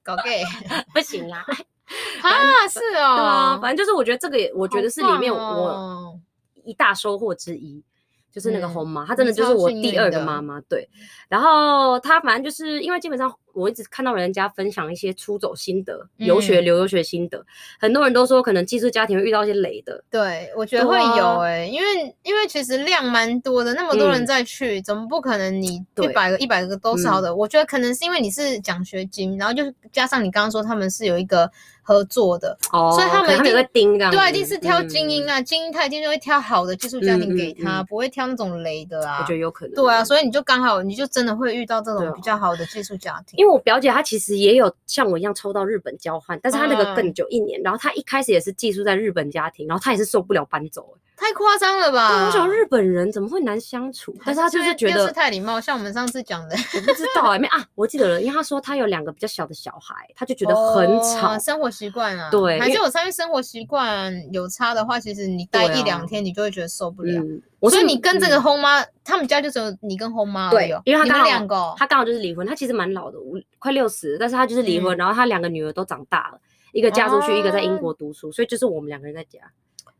[SPEAKER 1] 搞 gay
[SPEAKER 2] 不行啦。
[SPEAKER 1] 啊，是哦，
[SPEAKER 2] 对啊，反正就是我觉得这个也，我觉得是里面
[SPEAKER 1] 好棒
[SPEAKER 2] 我
[SPEAKER 1] 哦
[SPEAKER 2] 一大收获之一。就是那个
[SPEAKER 1] 嗯
[SPEAKER 2] 红妈，她真
[SPEAKER 1] 你
[SPEAKER 2] 的就是
[SPEAKER 1] 超
[SPEAKER 2] 我
[SPEAKER 1] 幸
[SPEAKER 2] 第
[SPEAKER 1] 运
[SPEAKER 2] 二个
[SPEAKER 1] 的
[SPEAKER 2] 妈妈，对。然后她反正就是因为基本上我一直看到人家分享一些出走心得、游
[SPEAKER 1] 嗯
[SPEAKER 2] 学、留游学心得，很多人都说可能寄宿家庭会遇到一些雷的，
[SPEAKER 1] 对，我觉得
[SPEAKER 2] 对
[SPEAKER 1] 会有
[SPEAKER 2] 啊嗯
[SPEAKER 1] 哎、因为因为其实量蛮多的，那么多人在去，怎么不可能你一
[SPEAKER 2] 对嗯
[SPEAKER 1] 百个一百个都是好的？我觉得可能是因为你是奖学金，然后就是加上你刚刚说他们是有一个合作的，
[SPEAKER 2] 哦，
[SPEAKER 1] 所以他们一
[SPEAKER 2] 可能
[SPEAKER 1] 定
[SPEAKER 2] 也会盯这样子，
[SPEAKER 1] 对啊，一定是挑
[SPEAKER 2] 嗯
[SPEAKER 1] 精英啊，精英他一定就会挑好的寄宿家庭给他，
[SPEAKER 2] 嗯嗯
[SPEAKER 1] 不会挑那种雷的啊
[SPEAKER 2] 我觉。得有可能，
[SPEAKER 1] 对啊，所以你就刚好，你就真的会遇到这
[SPEAKER 2] 对
[SPEAKER 1] 种
[SPEAKER 2] 啊
[SPEAKER 1] 比较好的寄宿家庭。
[SPEAKER 2] 因为我表姐她其实也有像我一样抽到日本交换，但是她那个
[SPEAKER 1] 嗯
[SPEAKER 2] 更久一年，然后她一开始也是寄宿在日本家庭，然后她也是受不了搬走、欸。
[SPEAKER 1] 太夸张了吧？
[SPEAKER 2] 但我想日本人怎么会难相处？但是她就是觉
[SPEAKER 1] 又
[SPEAKER 2] 得
[SPEAKER 1] 啊是太礼貌，像我们上次讲的，
[SPEAKER 2] 我不知道 哎、没啊，我记得了，因为她说她有两个比较小的小孩，她就觉得很吵。
[SPEAKER 1] 哦生活习惯啊，
[SPEAKER 2] 对
[SPEAKER 1] 还是
[SPEAKER 2] 因为
[SPEAKER 1] 有上面生活习惯有差的话，其实你待
[SPEAKER 2] 对啊
[SPEAKER 1] 一两天你就会觉得受不了。
[SPEAKER 2] 嗯，我
[SPEAKER 1] 所以
[SPEAKER 2] 是
[SPEAKER 1] 你跟这个
[SPEAKER 2] 嗯
[SPEAKER 1] 后妈，他们家就只有你跟后妈而已
[SPEAKER 2] 对
[SPEAKER 1] 哦，
[SPEAKER 2] 因为她
[SPEAKER 1] 你
[SPEAKER 2] 刚
[SPEAKER 1] 们
[SPEAKER 2] 好
[SPEAKER 1] 两个哦，
[SPEAKER 2] 她刚好就是离婚，她其实蛮老的，五快六十，但是她就是离婚，
[SPEAKER 1] 嗯
[SPEAKER 2] 然后她两个女儿都长大了，一个嫁出去，一个在英
[SPEAKER 1] 哦
[SPEAKER 2] 国读书，所以就是我们两个人在家。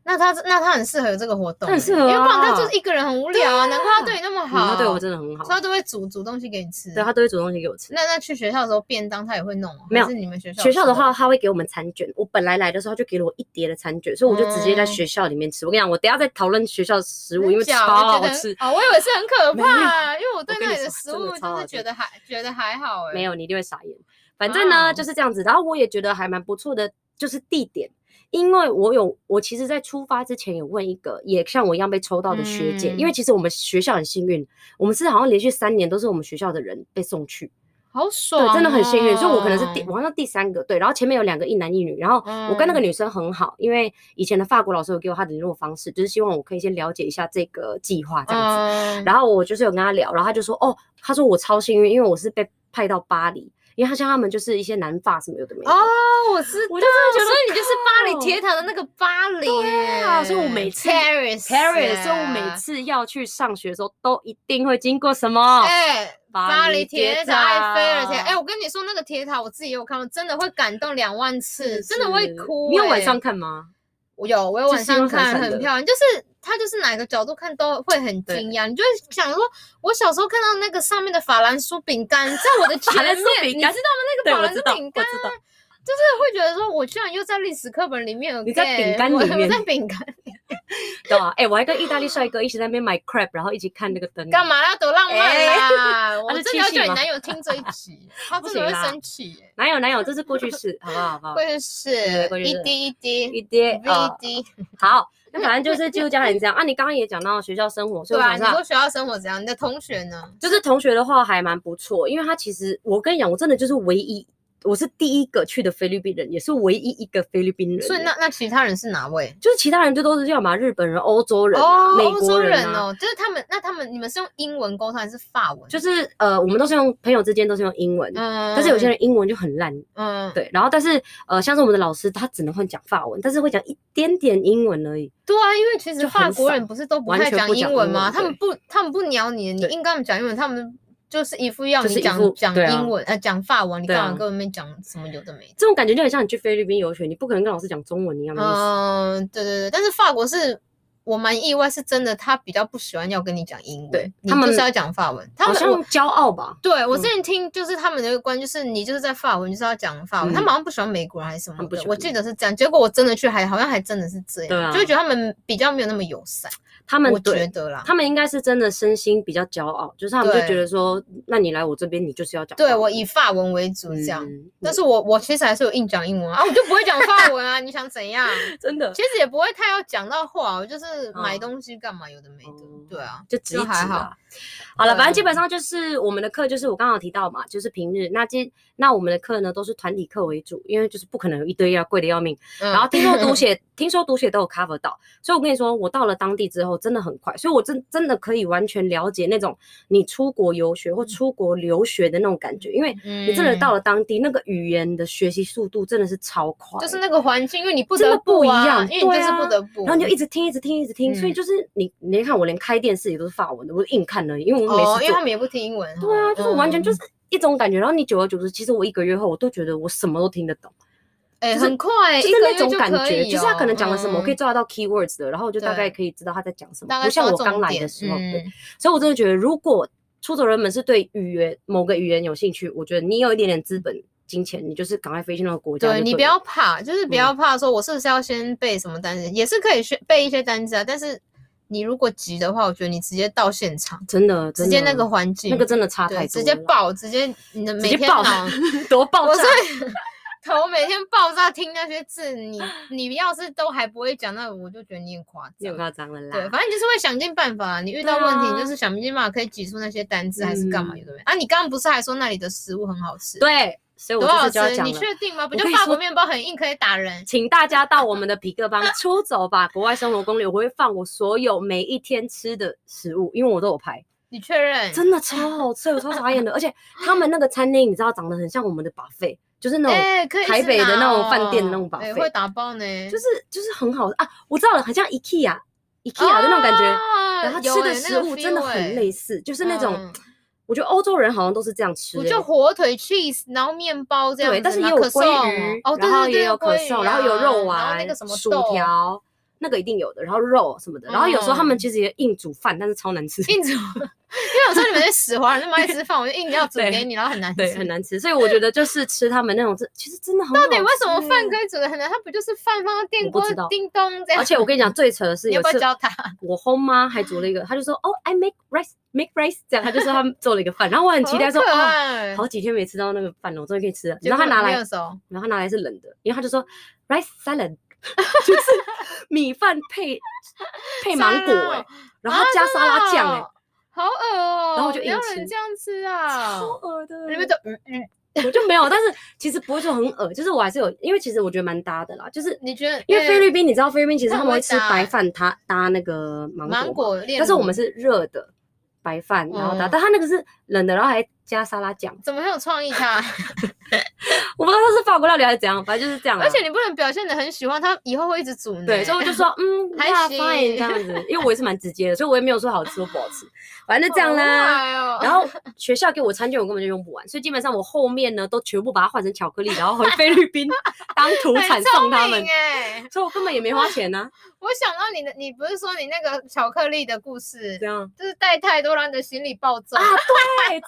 [SPEAKER 1] 那她那她很适合有这个活动欸，
[SPEAKER 2] 她很适合
[SPEAKER 1] 因为不然她
[SPEAKER 2] 啊
[SPEAKER 1] 就是一个人很无聊啊，
[SPEAKER 2] 对
[SPEAKER 1] 难
[SPEAKER 2] 啊
[SPEAKER 1] 怪她对你那么
[SPEAKER 2] 嗯，
[SPEAKER 1] 好，
[SPEAKER 2] 她对我真的很好
[SPEAKER 1] 所以，她都会煮煮东西给你吃。
[SPEAKER 2] 对她都会煮东西给我吃。
[SPEAKER 1] 那那去学校的时候便当她也会弄哦，
[SPEAKER 2] 没有
[SPEAKER 1] 还是你们学校
[SPEAKER 2] 学校的
[SPEAKER 1] 吃
[SPEAKER 2] 话，他会给我们餐卷。我本来来的时候，他就给了我一叠的餐卷，所以我就直接在学校里面吃。我跟你讲，我等一下再讨论学校的食物，因为
[SPEAKER 1] 嗯真假
[SPEAKER 2] 超
[SPEAKER 1] 我
[SPEAKER 2] 好
[SPEAKER 1] 觉得
[SPEAKER 2] 吃。
[SPEAKER 1] 哦，我以为是很可
[SPEAKER 2] 没有
[SPEAKER 1] 怕，啊因为我对
[SPEAKER 2] 跟
[SPEAKER 1] 那
[SPEAKER 2] 你
[SPEAKER 1] 里的
[SPEAKER 2] 说
[SPEAKER 1] 食
[SPEAKER 2] 真的
[SPEAKER 1] 物
[SPEAKER 2] 超
[SPEAKER 1] 就是
[SPEAKER 2] 好
[SPEAKER 1] 觉
[SPEAKER 2] 吃
[SPEAKER 1] 得还觉得还好哎，
[SPEAKER 2] 没有，你一定会傻眼。反正呢，
[SPEAKER 1] 哦
[SPEAKER 2] 就是这样子。然后我也觉得还蛮不错的，就是地点。因为我有，我其实，在出发之前有问一个也像我一样被抽到的学姐，因为
[SPEAKER 1] 嗯
[SPEAKER 2] 其实我们学校很幸运，我们是好像连续三年都是我们学校的人被送去，
[SPEAKER 1] 好爽、
[SPEAKER 2] 对，
[SPEAKER 1] 哦，
[SPEAKER 2] 真的很幸运。所以我可能是第，我好像第三个，对。然后前面有两个一男一女，然后我跟那
[SPEAKER 1] 嗯
[SPEAKER 2] 个女生很好，因为以前的法国老师有给我她的联络方式，就是希望我可以先了解一下这个计划这样子。
[SPEAKER 1] 嗯
[SPEAKER 2] 然后我就是有跟她聊，然后她就说，哦，她说我超幸运，因为我是被派到巴黎，因为她像他们就是一些南法什么有的没的。
[SPEAKER 1] 哦，我知道，
[SPEAKER 2] 我就真的觉得
[SPEAKER 1] 所以你就是巴黎
[SPEAKER 2] 靠
[SPEAKER 1] 铁塔的那个巴黎
[SPEAKER 2] 对啊所以我
[SPEAKER 1] 耶
[SPEAKER 2] 每次
[SPEAKER 1] Paris
[SPEAKER 2] Paris，
[SPEAKER 1] 耶
[SPEAKER 2] 所以我每次哦要去上学的时候，都一定会经过什么？
[SPEAKER 1] 欸哎、巴黎铁塔、埃菲尔铁塔，哎、
[SPEAKER 2] 哎，
[SPEAKER 1] 我跟你说那个铁塔，我自己也有看过，真的会感动两万次，真的
[SPEAKER 2] 是
[SPEAKER 1] 会哭、
[SPEAKER 2] 你有晚
[SPEAKER 1] 哎
[SPEAKER 2] 上看吗？
[SPEAKER 1] 我有，我有
[SPEAKER 2] 就
[SPEAKER 1] 晚
[SPEAKER 2] 是
[SPEAKER 1] 上
[SPEAKER 2] 用闪
[SPEAKER 1] 看，
[SPEAKER 2] 闪
[SPEAKER 1] 很
[SPEAKER 2] 的
[SPEAKER 1] 漂亮。就是它就是哪个角度看都会很
[SPEAKER 2] 对
[SPEAKER 1] 惊讶，你就会想说，我小时候看到那个上面的法兰酥饼干在我 的前
[SPEAKER 2] 法兰
[SPEAKER 1] 面，
[SPEAKER 2] 酥
[SPEAKER 1] 你
[SPEAKER 2] 饼
[SPEAKER 1] 知道吗？
[SPEAKER 2] 干
[SPEAKER 1] 那 个
[SPEAKER 2] 对，
[SPEAKER 1] 法
[SPEAKER 2] 我
[SPEAKER 1] 兰
[SPEAKER 2] 知
[SPEAKER 1] 酥
[SPEAKER 2] 道，
[SPEAKER 1] 饼
[SPEAKER 2] 我
[SPEAKER 1] 干，
[SPEAKER 2] 知道。
[SPEAKER 1] 啊就是会觉得说，我居然又在历史课本里面 again，我，
[SPEAKER 2] 你在饼干里面
[SPEAKER 1] 我在饼干
[SPEAKER 2] 对啊，哎、我还跟意大利帅哥一起在那边买 crab，然后一起看那个灯。
[SPEAKER 1] 干？嘛啦？多浪漫啦！ 我
[SPEAKER 2] 哎他
[SPEAKER 1] 真
[SPEAKER 2] 是
[SPEAKER 1] 的
[SPEAKER 2] 七
[SPEAKER 1] 要
[SPEAKER 2] 夕
[SPEAKER 1] 叫你
[SPEAKER 2] 吗
[SPEAKER 1] 男友听这一集， 他
[SPEAKER 2] 不
[SPEAKER 1] 真的会
[SPEAKER 2] 行啦
[SPEAKER 1] 生气耶。
[SPEAKER 2] 哪有哪有，这是过去式， 好不好？好不好？
[SPEAKER 1] 会是
[SPEAKER 2] 对会
[SPEAKER 1] 一
[SPEAKER 2] 是
[SPEAKER 1] 滴一滴
[SPEAKER 2] 一跌啊
[SPEAKER 1] 一，滴，
[SPEAKER 2] 好，那反正就是寄宿家庭这样啊。你刚刚也讲到学校生活，所
[SPEAKER 1] 对
[SPEAKER 2] 以我
[SPEAKER 1] 啊，
[SPEAKER 2] 想
[SPEAKER 1] 你
[SPEAKER 2] 上、
[SPEAKER 1] 说学校生活怎样？你的同学呢？
[SPEAKER 2] 就是同学的话还蛮不错，因为他其实我跟你讲，我真的就是唯一，我是第一个去的菲律宾人，也是唯一一个菲律宾人。
[SPEAKER 1] 所以那那其他人是哪位？
[SPEAKER 2] 就是其他人就都是要么日本人、欧洲人、啊、
[SPEAKER 1] 哦，
[SPEAKER 2] 美
[SPEAKER 1] 欧洲
[SPEAKER 2] 国
[SPEAKER 1] 人
[SPEAKER 2] 啊。
[SPEAKER 1] 哦，就是他们，那他们你们是用英文沟通还是法文？
[SPEAKER 2] 就是呃，我们都是用朋友之间都是用英文，
[SPEAKER 1] 嗯，
[SPEAKER 2] 但是有些人英文就很烂，
[SPEAKER 1] 嗯，
[SPEAKER 2] 对，然后但是呃，像是我们的老师，他只能会讲法文，但是会讲一点点英文而已。
[SPEAKER 1] 对啊，因为其实
[SPEAKER 2] 就很
[SPEAKER 1] 法国
[SPEAKER 2] 少
[SPEAKER 1] 人不是都不
[SPEAKER 2] 完
[SPEAKER 1] 太
[SPEAKER 2] 全
[SPEAKER 1] 讲
[SPEAKER 2] 不讲
[SPEAKER 1] 英文
[SPEAKER 2] 英
[SPEAKER 1] 吗？
[SPEAKER 2] 文
[SPEAKER 1] 他们不，他们不鸟你，你
[SPEAKER 2] 对
[SPEAKER 1] 硬跟他们讲英文，他们就是一副要
[SPEAKER 2] 就
[SPEAKER 1] 你
[SPEAKER 2] 是一
[SPEAKER 1] 讲
[SPEAKER 2] 副
[SPEAKER 1] 讲
[SPEAKER 2] 对啊
[SPEAKER 1] 英文，呃，讲法文，你
[SPEAKER 2] 对
[SPEAKER 1] 干
[SPEAKER 2] 啊
[SPEAKER 1] 嘛跟我们讲什么有的没的？
[SPEAKER 2] 这种感觉就很像你去菲律宾游学，你不可能跟老师讲中文一样的意思。
[SPEAKER 1] 嗯，对对对，但是法国是我蛮意外，是真的，他比较不喜欢要跟你讲英文，
[SPEAKER 2] 对
[SPEAKER 1] 你
[SPEAKER 2] 他们
[SPEAKER 1] 就是要讲法文。他
[SPEAKER 2] 好
[SPEAKER 1] 们
[SPEAKER 2] 像
[SPEAKER 1] 我
[SPEAKER 2] 骄傲吧，
[SPEAKER 1] 对我
[SPEAKER 2] 嗯
[SPEAKER 1] 之前听就是他们的一个观念，就是你就是在法文就是要讲法文，他
[SPEAKER 2] 嗯
[SPEAKER 1] 们好像不喜欢美国人还是什
[SPEAKER 2] 他
[SPEAKER 1] 么
[SPEAKER 2] 们不
[SPEAKER 1] 的，
[SPEAKER 2] 喜
[SPEAKER 1] 我
[SPEAKER 2] 欢
[SPEAKER 1] 记得是这样。结果我真的去还好像还真的是这样，
[SPEAKER 2] 对啊
[SPEAKER 1] 就会觉得他们比较没有那么友善，
[SPEAKER 2] 他们
[SPEAKER 1] 我觉
[SPEAKER 2] 对，
[SPEAKER 1] 得啦。
[SPEAKER 2] 他们应该是真的身心比较骄傲，就是他们就
[SPEAKER 1] 对
[SPEAKER 2] 觉得说，那你来我这边，你就是要讲法文。
[SPEAKER 1] 对我以法文为主这样，
[SPEAKER 2] 嗯
[SPEAKER 1] 但是我我其实还是有硬讲英文啊，我就不会讲法文啊，你想怎样？
[SPEAKER 2] 真的
[SPEAKER 1] 其实也不会太要讲到话，我就是买
[SPEAKER 2] 嗯哦
[SPEAKER 1] 东西干嘛有的没的，对啊。
[SPEAKER 2] 就指一
[SPEAKER 1] 就
[SPEAKER 2] 指
[SPEAKER 1] 还好嗯
[SPEAKER 2] 啦。好了，反正基
[SPEAKER 1] 对
[SPEAKER 2] 本上就是我们的课，就是我刚刚有提到嘛，就是平日。那今那我们的课呢，都是团体课为主，因为就是不可能有一堆要贵的要命。
[SPEAKER 1] 嗯
[SPEAKER 2] 然后听说 读写，听说读写都有 cover 到，所以我跟你说，我到了当地之后真的很快，所以我真真的可以完全了解那种你出国游学或出国留学的那种感觉，因为
[SPEAKER 1] 嗯
[SPEAKER 2] 你真的到了当地，那个语言的学习速度真的是超快，
[SPEAKER 1] 就是那个环境，因为你不
[SPEAKER 2] 真
[SPEAKER 1] 得
[SPEAKER 2] 的不一
[SPEAKER 1] 啊
[SPEAKER 2] 样
[SPEAKER 1] 因为你
[SPEAKER 2] 对
[SPEAKER 1] 就是不
[SPEAKER 2] 啊
[SPEAKER 1] 得不，
[SPEAKER 2] 然后你就一直听，一直听，一直听，所以
[SPEAKER 1] 嗯
[SPEAKER 2] 就是你，你看我连开电视也都是法文的，我就硬看了，因为我没
[SPEAKER 1] 哦，
[SPEAKER 2] 事
[SPEAKER 1] 因为
[SPEAKER 2] 做。
[SPEAKER 1] 他们也不听英文哦，
[SPEAKER 2] 对啊，就是完全就是
[SPEAKER 1] 嗯，
[SPEAKER 2] 一种感觉。然后你久而久之，其实我一个月后，我都觉得我什么都听得懂，
[SPEAKER 1] 哎，
[SPEAKER 2] 就是
[SPEAKER 1] 很快，
[SPEAKER 2] 就是
[SPEAKER 1] 一个
[SPEAKER 2] 那
[SPEAKER 1] 月
[SPEAKER 2] 种
[SPEAKER 1] 就
[SPEAKER 2] 感
[SPEAKER 1] 可
[SPEAKER 2] 觉，
[SPEAKER 1] 以
[SPEAKER 2] 就是他可能讲了
[SPEAKER 1] 哦
[SPEAKER 2] 什么，我可以，抓得到 keywords 的，然后我就大
[SPEAKER 1] 对
[SPEAKER 2] 概可以知道他在讲什
[SPEAKER 1] 哦嗯大
[SPEAKER 2] 么。
[SPEAKER 1] 概
[SPEAKER 2] 不像
[SPEAKER 1] 抓
[SPEAKER 2] 我
[SPEAKER 1] 重
[SPEAKER 2] 刚来
[SPEAKER 1] 点
[SPEAKER 2] 的时候，
[SPEAKER 1] 嗯
[SPEAKER 2] 对所以我真的觉得，如果出走人们是对语言某个语言有兴趣，我觉得你有一点点资本、金钱，你就是赶快飞去那个国家就
[SPEAKER 1] 对
[SPEAKER 2] 了。嗯
[SPEAKER 1] 你不要怕，就是不要怕说我是不是要先背什么单词，也是可以学背一些单词啊。但是你如果急的话，我觉得你直接到现场，
[SPEAKER 2] 真的，
[SPEAKER 1] 直
[SPEAKER 2] 真
[SPEAKER 1] 接
[SPEAKER 2] 的
[SPEAKER 1] 那个环境，
[SPEAKER 2] 那个真的差太多
[SPEAKER 1] 对，
[SPEAKER 2] 了，
[SPEAKER 1] 直接爆，直接你的
[SPEAKER 2] 直
[SPEAKER 1] 每
[SPEAKER 2] 接
[SPEAKER 1] 天
[SPEAKER 2] 爆
[SPEAKER 1] 脑
[SPEAKER 2] 多爆
[SPEAKER 1] 我
[SPEAKER 2] 炸
[SPEAKER 1] 是 头每天爆炸听那些字，你你要是都还不会讲，那我就觉得你很夸
[SPEAKER 2] 你有
[SPEAKER 1] 张。
[SPEAKER 2] 夸张了
[SPEAKER 1] 对，
[SPEAKER 2] 啦。
[SPEAKER 1] 反正你就是会想尽办法啊，你遇
[SPEAKER 2] 对
[SPEAKER 1] 到问题，
[SPEAKER 2] 啊
[SPEAKER 1] 你就是想尽办法可以挤出那些单字，还是干嘛
[SPEAKER 2] 嗯
[SPEAKER 1] 有的没？啊，你刚刚不是还说那里的食物很好吃？，
[SPEAKER 2] 对，所以我
[SPEAKER 1] 多
[SPEAKER 2] 这
[SPEAKER 1] 好
[SPEAKER 2] 次就要
[SPEAKER 1] 吃？
[SPEAKER 2] 讲
[SPEAKER 1] 你
[SPEAKER 2] 了。
[SPEAKER 1] 确定吗？不
[SPEAKER 2] 我
[SPEAKER 1] 就
[SPEAKER 2] 跟你
[SPEAKER 1] 法
[SPEAKER 2] 说
[SPEAKER 1] 国面包很硬，可以打人？
[SPEAKER 2] 请大家到我们的皮克邦出走吧！国外生活攻略，我会放我所有每一天吃的食物，因为我都有拍，
[SPEAKER 1] 你确认？
[SPEAKER 2] 真的超好吃，我超傻眼的。而且他们那个餐厅，你知道长得很像我们的 buffet，就是那种、
[SPEAKER 1] 哎、可以
[SPEAKER 2] 台
[SPEAKER 1] 是
[SPEAKER 2] 北的
[SPEAKER 1] 拿
[SPEAKER 2] 那种饭店的那
[SPEAKER 1] 哦
[SPEAKER 2] 种 buffet
[SPEAKER 1] 哎会打包呢，
[SPEAKER 2] 就是就是很好啊！我知道了，很像 IKEA IKEA 的那种感觉，
[SPEAKER 1] 啊
[SPEAKER 2] 然后
[SPEAKER 1] 有
[SPEAKER 2] 吃的
[SPEAKER 1] 哎
[SPEAKER 2] 食
[SPEAKER 1] 那个
[SPEAKER 2] 物真的
[SPEAKER 1] feel 哎
[SPEAKER 2] 很类似，就是那种、
[SPEAKER 1] 嗯
[SPEAKER 2] 我觉得欧洲人好像都是这样吃、
[SPEAKER 1] 我
[SPEAKER 2] 欸，
[SPEAKER 1] 就火腿 cheese，然后面包这样
[SPEAKER 2] 对，
[SPEAKER 1] 子
[SPEAKER 2] 但是也
[SPEAKER 1] 然
[SPEAKER 2] 有
[SPEAKER 1] 后可
[SPEAKER 2] 鲑
[SPEAKER 1] 颂
[SPEAKER 2] 鱼，
[SPEAKER 1] 哦，对
[SPEAKER 2] 然后
[SPEAKER 1] 对对，
[SPEAKER 2] 也有可
[SPEAKER 1] 鲑鱼
[SPEAKER 2] 颂，然后有
[SPEAKER 1] 啊
[SPEAKER 2] 肉
[SPEAKER 1] 然后
[SPEAKER 2] 丸、
[SPEAKER 1] 那个什么
[SPEAKER 2] 薯
[SPEAKER 1] 豆，
[SPEAKER 2] 条，那个一定有的，然后肉什么的，然后有时候他们
[SPEAKER 1] 嗯
[SPEAKER 2] 其实也硬煮饭，但是超难吃，
[SPEAKER 1] 硬煮，因为有时候你们在死华人那么爱吃饭，我就硬要煮
[SPEAKER 2] 对
[SPEAKER 1] 给你，然后很难
[SPEAKER 2] 对，
[SPEAKER 1] 吃
[SPEAKER 2] 很。难吃，所以我觉得就是吃他们那种，这其实真的很好
[SPEAKER 1] 到底为什么
[SPEAKER 2] 吃
[SPEAKER 1] 饭
[SPEAKER 2] 欸
[SPEAKER 1] 可以煮的很难？它不就是饭放到电
[SPEAKER 2] 我不
[SPEAKER 1] 锅
[SPEAKER 2] 知道
[SPEAKER 1] 叮咚这样？
[SPEAKER 2] 而且我跟你讲，，最扯的是
[SPEAKER 1] 你要
[SPEAKER 2] 有
[SPEAKER 1] 不要
[SPEAKER 2] 次
[SPEAKER 1] 教他？
[SPEAKER 2] 我后妈还煮了一个，她就说哦，I make rice make rice，这样她就说她们做了一个饭，然后我很期待说哦，
[SPEAKER 1] 啊
[SPEAKER 2] 好几天没吃到那个饭了，我终于可以吃了。
[SPEAKER 1] 结
[SPEAKER 2] 然后她
[SPEAKER 1] 果
[SPEAKER 2] 拿
[SPEAKER 1] 没
[SPEAKER 2] 来
[SPEAKER 1] 有，熟
[SPEAKER 2] 然后她拿来是冷的，因为她就说 rice salad，就是 米饭配 配芒果
[SPEAKER 1] 沙拉
[SPEAKER 2] 哎、
[SPEAKER 1] 哦
[SPEAKER 2] 然后加沙拉酱哎、
[SPEAKER 1] 啊好恶哦！
[SPEAKER 2] 然后我就
[SPEAKER 1] 没有
[SPEAKER 2] 硬
[SPEAKER 1] 人
[SPEAKER 2] 吃
[SPEAKER 1] 这样吃啊！
[SPEAKER 2] 超恶的，
[SPEAKER 1] 你们就嗯嗯，
[SPEAKER 2] 我就没有，但是其实不会说很恶，就是我还是有，因为其实我觉得蛮搭的啦，就是
[SPEAKER 1] 你觉得
[SPEAKER 2] 因为菲
[SPEAKER 1] 嗯
[SPEAKER 2] 律宾，你知道菲律宾其实
[SPEAKER 1] 它
[SPEAKER 2] 他
[SPEAKER 1] 很
[SPEAKER 2] 们会
[SPEAKER 1] 会
[SPEAKER 2] 吃
[SPEAKER 1] 搭
[SPEAKER 2] 白饭搭搭那个芒果嘛，
[SPEAKER 1] 嗯芒果炼乳，
[SPEAKER 2] 但是我们是热的白饭，然后搭，
[SPEAKER 1] 嗯
[SPEAKER 2] 但他那个是冷的，然后还加沙拉酱，
[SPEAKER 1] 怎么很有创意 他？
[SPEAKER 2] 我不知道它是法国料理还是怎样，反正就是这样啦。啊
[SPEAKER 1] 而且你不能表现的很喜欢他，以后会一直煮呢。
[SPEAKER 2] 对，所以 我就说，嗯，
[SPEAKER 1] 还
[SPEAKER 2] yeah，
[SPEAKER 1] 行
[SPEAKER 2] fine 这样子，因为我也是蛮直接的，所以我也没有说好吃或不好吃，反正就这样啦。
[SPEAKER 1] 然
[SPEAKER 2] 然后学校给我餐券，我根本就用不完，所以基本本上我后面呢都全部把它换成巧克力，然后回菲律 宾当土产送他们，
[SPEAKER 1] 哎，
[SPEAKER 2] 所以我根本也没花钱啊呐、
[SPEAKER 1] 我想到你的，你不是说你那个巧克力的故事
[SPEAKER 2] 这， 样
[SPEAKER 1] 就是带太多让你的行李暴走
[SPEAKER 2] 啊，对，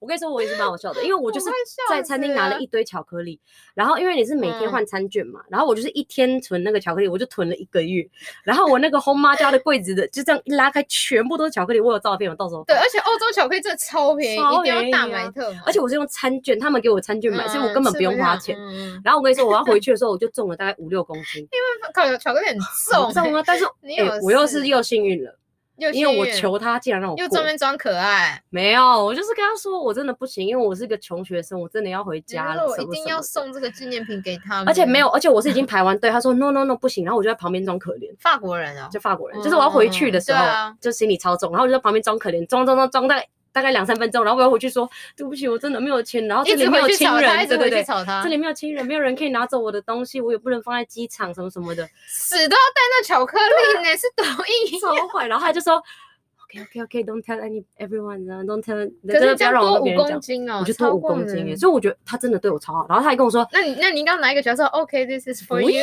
[SPEAKER 2] 我跟你说我也是蛮好笑的，因为我就是
[SPEAKER 1] 我会笑
[SPEAKER 2] 在餐厅拿了
[SPEAKER 1] 死
[SPEAKER 2] 一堆巧克力，然后因为你是每天
[SPEAKER 1] 嗯
[SPEAKER 2] 换餐券嘛，然后我就是一天囤那个巧克力，我就囤了一个月，然后我那个红妈家的柜子的就这样一拉开，全部都是巧克力，我有照片，我到时候
[SPEAKER 1] 对，
[SPEAKER 2] 放。
[SPEAKER 1] 而且欧洲巧克力真的超便宜，
[SPEAKER 2] 超
[SPEAKER 1] 一定
[SPEAKER 2] 便
[SPEAKER 1] 要
[SPEAKER 2] 宜
[SPEAKER 1] 大
[SPEAKER 2] 啊
[SPEAKER 1] 买特买，
[SPEAKER 2] 而且我是用餐券，他们给我餐券买，所以我根本
[SPEAKER 1] 嗯
[SPEAKER 2] 不用花钱。。
[SPEAKER 1] 吃
[SPEAKER 2] 然后我跟你说，我要回去的时候，我就重了大概五六公斤，
[SPEAKER 1] 不靠，巧克力很 重，
[SPEAKER 2] 很重啊！但是
[SPEAKER 1] 你
[SPEAKER 2] 哎
[SPEAKER 1] 有
[SPEAKER 2] 我又
[SPEAKER 1] 事
[SPEAKER 2] 是又幸运了，
[SPEAKER 1] 又
[SPEAKER 2] 因为我
[SPEAKER 1] 幸运
[SPEAKER 2] 求他竟然让我
[SPEAKER 1] 又
[SPEAKER 2] 过
[SPEAKER 1] 专门装可爱，
[SPEAKER 2] 没有，我就是跟他说我真的不行，因为我是个穷学生，我真的要回家
[SPEAKER 1] 然
[SPEAKER 2] 了
[SPEAKER 1] 后，我
[SPEAKER 2] 什
[SPEAKER 1] 一
[SPEAKER 2] 么
[SPEAKER 1] 定
[SPEAKER 2] 什
[SPEAKER 1] 要
[SPEAKER 2] 么的。
[SPEAKER 1] 送这个纪念品给他们，
[SPEAKER 2] 而且没有，而且我是已经排完队，他说 no no no 不行，然后我就在旁边装可怜，
[SPEAKER 1] 法国人哦
[SPEAKER 2] 就，法国人，就是我要回去的时候、
[SPEAKER 1] 嗯对啊
[SPEAKER 2] 就心里超重，然后我就在旁边装可怜，装装装装大概大概两三分钟，然后我要回去说对不起，我真的没有钱，然后这
[SPEAKER 1] 一
[SPEAKER 2] 里
[SPEAKER 1] 直
[SPEAKER 2] 没
[SPEAKER 1] 回
[SPEAKER 2] 有
[SPEAKER 1] 去
[SPEAKER 2] 亲
[SPEAKER 1] 吵他，一
[SPEAKER 2] 人，
[SPEAKER 1] 直
[SPEAKER 2] 对
[SPEAKER 1] 回
[SPEAKER 2] 对
[SPEAKER 1] 去
[SPEAKER 2] 对，
[SPEAKER 1] 吵他，
[SPEAKER 2] 这里没有亲人，没有人可以拿走我的东西，我也不能放在机场什么什 么的，
[SPEAKER 1] 死都要带那巧克力
[SPEAKER 2] 啊
[SPEAKER 1] 呢，是抖音。
[SPEAKER 2] 超坏。然后他就说 OK OK OK，don't、tell any everyone，然后 don't tell，
[SPEAKER 1] 可
[SPEAKER 2] 真的
[SPEAKER 1] 是
[SPEAKER 2] 不
[SPEAKER 1] 这样
[SPEAKER 2] 要让我
[SPEAKER 1] 多
[SPEAKER 2] 跟别
[SPEAKER 1] 五
[SPEAKER 2] 人讲
[SPEAKER 1] 公。斤哦，
[SPEAKER 2] 我就多
[SPEAKER 1] 超
[SPEAKER 2] 五
[SPEAKER 1] 过
[SPEAKER 2] 公斤
[SPEAKER 1] 了
[SPEAKER 2] 耶，所以我觉得他真的对我超好。然后他还跟我说，
[SPEAKER 1] 那你那你刚拿一个角色，OK this is for
[SPEAKER 2] 不
[SPEAKER 1] you，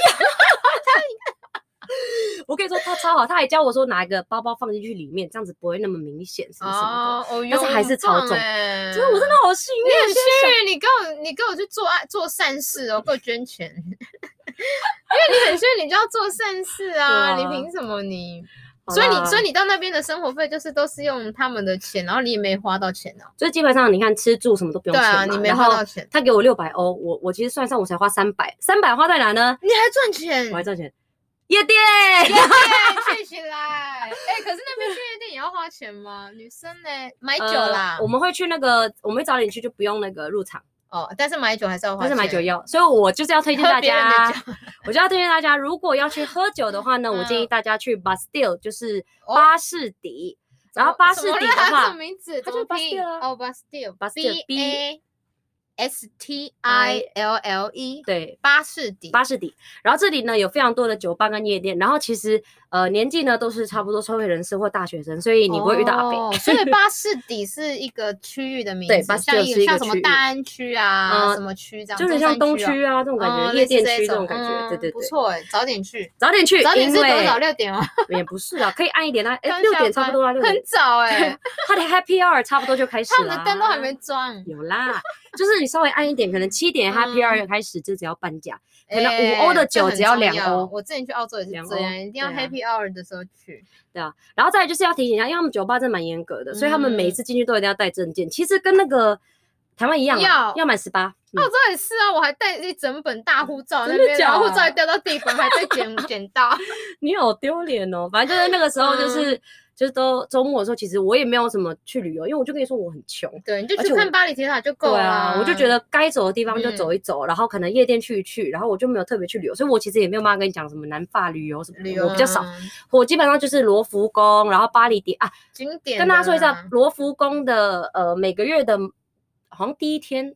[SPEAKER 2] 我跟你说他超好，他还教我说拿一个包包放进去里面，这样子不会那么明显，什么什么
[SPEAKER 1] 哦，哦
[SPEAKER 2] 但是还是超重
[SPEAKER 1] 哎
[SPEAKER 2] 的。所以我真的好幸
[SPEAKER 1] 你很
[SPEAKER 2] 运，
[SPEAKER 1] 幸运，你跟我你跟我去做爱做善事哦，给我捐钱， 因为你很幸运，你就要做善事啊，
[SPEAKER 2] 对
[SPEAKER 1] 你
[SPEAKER 2] 啊
[SPEAKER 1] 凭什么你？
[SPEAKER 2] 好
[SPEAKER 1] 所以你
[SPEAKER 2] 啦
[SPEAKER 1] 所以你到那边的生活费就是都是用他们的钱，然后你也没花到钱啊，
[SPEAKER 2] 就基本上你看吃住什么都不用
[SPEAKER 1] 对
[SPEAKER 2] 钱嘛，
[SPEAKER 1] 啊，你没
[SPEAKER 2] 然
[SPEAKER 1] 花
[SPEAKER 2] 后
[SPEAKER 1] 到钱，
[SPEAKER 2] 他给我六百欧，我我其实算上我才花三百，三百花在哪呢？
[SPEAKER 1] 你还赚钱
[SPEAKER 2] 我还赚钱，夜店。
[SPEAKER 1] 耶，去起来！哎、可是那边去夜店也要花钱吗？女生呢、买酒
[SPEAKER 2] 呃
[SPEAKER 1] 啦，
[SPEAKER 2] 我们会去那个，我们会早点去，就不用那个入场，
[SPEAKER 1] 哦，但是买酒还是要花
[SPEAKER 2] 但
[SPEAKER 1] 钱。
[SPEAKER 2] 是买酒要，所以我就是要推荐
[SPEAKER 1] 喝
[SPEAKER 2] 大
[SPEAKER 1] 别人的
[SPEAKER 2] 家
[SPEAKER 1] 酒，
[SPEAKER 2] 我就要推荐大家，如果要去喝酒的话呢，我建议
[SPEAKER 1] 嗯
[SPEAKER 2] 大家去 Bastille，就是
[SPEAKER 1] 哦
[SPEAKER 2] 巴士底，然后巴士底的
[SPEAKER 1] 什
[SPEAKER 2] 话
[SPEAKER 1] 么名字？
[SPEAKER 2] 它
[SPEAKER 1] 它
[SPEAKER 2] 就
[SPEAKER 1] 就是是
[SPEAKER 2] Bastille 啊
[SPEAKER 1] 哦，Bastille，B
[SPEAKER 2] Bastille，
[SPEAKER 1] A S T I L L E，，
[SPEAKER 2] 对，
[SPEAKER 1] 巴士底，
[SPEAKER 2] 巴士底。然后这里呢有非常多的酒吧跟夜店，然后其实呃年纪呢都是差不多社会人士或大学生，所以你不会遇到阿北。
[SPEAKER 1] 哦所以巴士底是一个区域的名字，
[SPEAKER 2] 对巴士
[SPEAKER 1] 像
[SPEAKER 2] 就是一个
[SPEAKER 1] 像什么
[SPEAKER 2] 区域
[SPEAKER 1] 大安区啊，
[SPEAKER 2] 嗯
[SPEAKER 1] 什么区这样，
[SPEAKER 2] 就有点像东
[SPEAKER 1] 中山
[SPEAKER 2] 区
[SPEAKER 1] 啊，
[SPEAKER 2] 啊这种感觉，
[SPEAKER 1] 哦
[SPEAKER 2] 夜店
[SPEAKER 1] 类似
[SPEAKER 2] 区
[SPEAKER 1] 这
[SPEAKER 2] 种感觉，
[SPEAKER 1] 嗯
[SPEAKER 2] 对对
[SPEAKER 1] 不
[SPEAKER 2] 对，
[SPEAKER 1] 错哎，早点去，
[SPEAKER 2] 早点去，
[SPEAKER 1] 早点是多
[SPEAKER 2] 因为
[SPEAKER 1] 早？六点吗？
[SPEAKER 2] 也不是啊，可以按一点 啦，哎，
[SPEAKER 1] 刚
[SPEAKER 2] 六
[SPEAKER 1] 下
[SPEAKER 2] 点差
[SPEAKER 1] 班
[SPEAKER 2] 不多啦，六点
[SPEAKER 1] 很早哎，
[SPEAKER 2] 他的 Happy Hour 差不多就开 始
[SPEAKER 1] 他们
[SPEAKER 2] 啦
[SPEAKER 1] 的灯都还没装，
[SPEAKER 2] 有啦，就是你稍微暗一点，可能七点 Happy
[SPEAKER 1] 嗯
[SPEAKER 2] Hour 开始就只要半价，可能
[SPEAKER 1] 哎
[SPEAKER 2] 5欧的酒
[SPEAKER 1] 这很
[SPEAKER 2] 只要
[SPEAKER 1] 重
[SPEAKER 2] 2欧
[SPEAKER 1] 我之前去澳洲也是
[SPEAKER 2] 2
[SPEAKER 1] 这样，一定要
[SPEAKER 2] 对啊
[SPEAKER 1] happy hour 的时候去。
[SPEAKER 2] 对啊。然后再来就是要提醒一下，因为他们酒吧真的蛮严格的，所以他们每一
[SPEAKER 1] 嗯
[SPEAKER 2] 次进去都一定要带证件，其实跟那个台湾一样啊，
[SPEAKER 1] 要
[SPEAKER 2] 要满十八。嗯
[SPEAKER 1] 澳洲也是啊，我还带一整本大护照那
[SPEAKER 2] 真的
[SPEAKER 1] 边，然后
[SPEAKER 2] 假
[SPEAKER 1] 护照还
[SPEAKER 2] 的
[SPEAKER 1] 掉到地板，还被 捡捡到。
[SPEAKER 2] 你好丢脸哦！反正就是那个时
[SPEAKER 1] 嗯
[SPEAKER 2] 候，就是、就是都周末的时候，其实我也没有什么去旅游，因为我就跟你说我很穷。
[SPEAKER 1] 对，你就
[SPEAKER 2] 而
[SPEAKER 1] 去
[SPEAKER 2] 且我
[SPEAKER 1] 看巴黎铁塔就够
[SPEAKER 2] 对
[SPEAKER 1] 了
[SPEAKER 2] 啊，我就觉得该走的地方就
[SPEAKER 1] 嗯
[SPEAKER 2] 走一走，然后可能夜店去一去，然后我就没有特别去旅游，所以我其实也没有办法跟你讲什么南法旅游什么的，
[SPEAKER 1] 旅游
[SPEAKER 2] 我比较少。
[SPEAKER 1] 啊
[SPEAKER 2] 我基本上就是罗浮宫，然后巴黎底啊，
[SPEAKER 1] 景点。
[SPEAKER 2] 跟大家说一下，，罗浮宫的呃每个月的好像第一天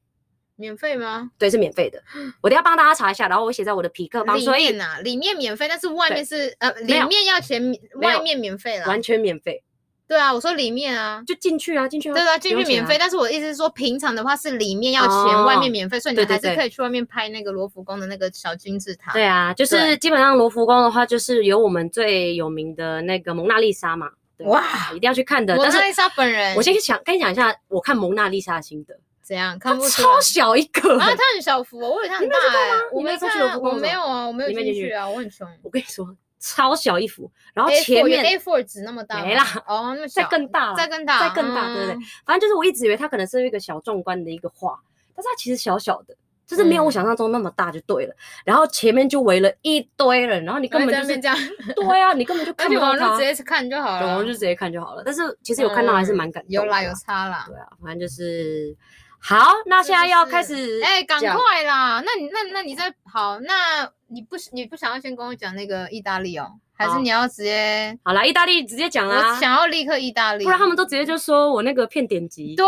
[SPEAKER 1] 免费吗？
[SPEAKER 2] 对是免费的，我等一下帮大家查一下，然后我写在我的皮克帮，
[SPEAKER 1] 嗯里
[SPEAKER 2] 所以
[SPEAKER 1] 面啊，里面免费，但是外
[SPEAKER 2] 对
[SPEAKER 1] 面是呃，里
[SPEAKER 2] 没有
[SPEAKER 1] 面要钱，
[SPEAKER 2] 有
[SPEAKER 1] 外面免费啦
[SPEAKER 2] 完。全免费，
[SPEAKER 1] 对啊，我说里面啊。
[SPEAKER 2] 就进去啊进去啊，
[SPEAKER 1] 对啊，
[SPEAKER 2] 不
[SPEAKER 1] 进
[SPEAKER 2] 用
[SPEAKER 1] 去免
[SPEAKER 2] 钱啊
[SPEAKER 1] 费，但是我的意思是说，平常的话是里面要钱，
[SPEAKER 2] 哦
[SPEAKER 1] 外面免费，所以你
[SPEAKER 2] 对
[SPEAKER 1] 还
[SPEAKER 2] 对
[SPEAKER 1] 是
[SPEAKER 2] 对
[SPEAKER 1] 可以去外面拍那个罗浮宫的那个小金字塔。
[SPEAKER 2] 对啊，就
[SPEAKER 1] 对
[SPEAKER 2] 是基本上罗浮宫的话，就是有我们最有名的那个蒙娜丽莎嘛，对
[SPEAKER 1] 哇
[SPEAKER 2] 一定要去看的。
[SPEAKER 1] 我
[SPEAKER 2] 但是
[SPEAKER 1] 那丽莎本人，
[SPEAKER 2] 我先想跟你讲一下，我看蒙娜丽莎的心得，
[SPEAKER 1] 怎样
[SPEAKER 2] 它
[SPEAKER 1] 看不出来
[SPEAKER 2] 超小一个
[SPEAKER 1] 啊，
[SPEAKER 2] 欸、
[SPEAKER 1] 他很小幅、哦，我以为他很大哎、我
[SPEAKER 2] 你没
[SPEAKER 1] 没
[SPEAKER 2] 有
[SPEAKER 1] 看
[SPEAKER 2] 去
[SPEAKER 1] 啊、
[SPEAKER 2] 罗浮
[SPEAKER 1] 我
[SPEAKER 2] 宫
[SPEAKER 1] 没
[SPEAKER 2] 走
[SPEAKER 1] 有啊，我没有
[SPEAKER 2] 你没
[SPEAKER 1] 进
[SPEAKER 2] 进
[SPEAKER 1] 去
[SPEAKER 2] 去
[SPEAKER 1] 啊，我很穷。
[SPEAKER 2] 我跟你说，超小一
[SPEAKER 1] 哎
[SPEAKER 2] 幅，然后
[SPEAKER 1] A4
[SPEAKER 2] 前面
[SPEAKER 1] A four 值那么大
[SPEAKER 2] 没
[SPEAKER 1] 吗
[SPEAKER 2] 啦
[SPEAKER 1] 哦，那么
[SPEAKER 2] 再
[SPEAKER 1] 小
[SPEAKER 2] 更大了，
[SPEAKER 1] 再更大，
[SPEAKER 2] 再更大对不对
[SPEAKER 1] 嗯？
[SPEAKER 2] 反正就是我一直以为它可能是一个小壮观的一个画，但是它其实小小的。就是没有我
[SPEAKER 1] 嗯
[SPEAKER 2] 想象中那么大就对了，然后前面就围了一堆人，然后你根
[SPEAKER 1] 然
[SPEAKER 2] 本
[SPEAKER 1] 后
[SPEAKER 2] 就是
[SPEAKER 1] 在那边这样，
[SPEAKER 2] 对啊，你根本就
[SPEAKER 1] 而
[SPEAKER 2] 看
[SPEAKER 1] 且
[SPEAKER 2] 不到
[SPEAKER 1] 网
[SPEAKER 2] 它
[SPEAKER 1] 络直，接去看就好
[SPEAKER 2] 对，
[SPEAKER 1] 了，
[SPEAKER 2] 我们就直接看就好了。但是其实有看到还是蛮感动、
[SPEAKER 1] 嗯有啦有。差啦。
[SPEAKER 2] 对啊，反正就是好，那现在要开始
[SPEAKER 1] 哎，赶
[SPEAKER 2] 讲
[SPEAKER 1] 快啦！那你那那你在好，那你不你不想要先跟我讲那个意大利哦，还是
[SPEAKER 2] 好
[SPEAKER 1] 你要直接？
[SPEAKER 2] 好啦，意大利直接讲
[SPEAKER 1] 我
[SPEAKER 2] 啦，
[SPEAKER 1] 想要立刻意大利，
[SPEAKER 2] 不然他们都直接就说我那个骗点击。
[SPEAKER 1] 对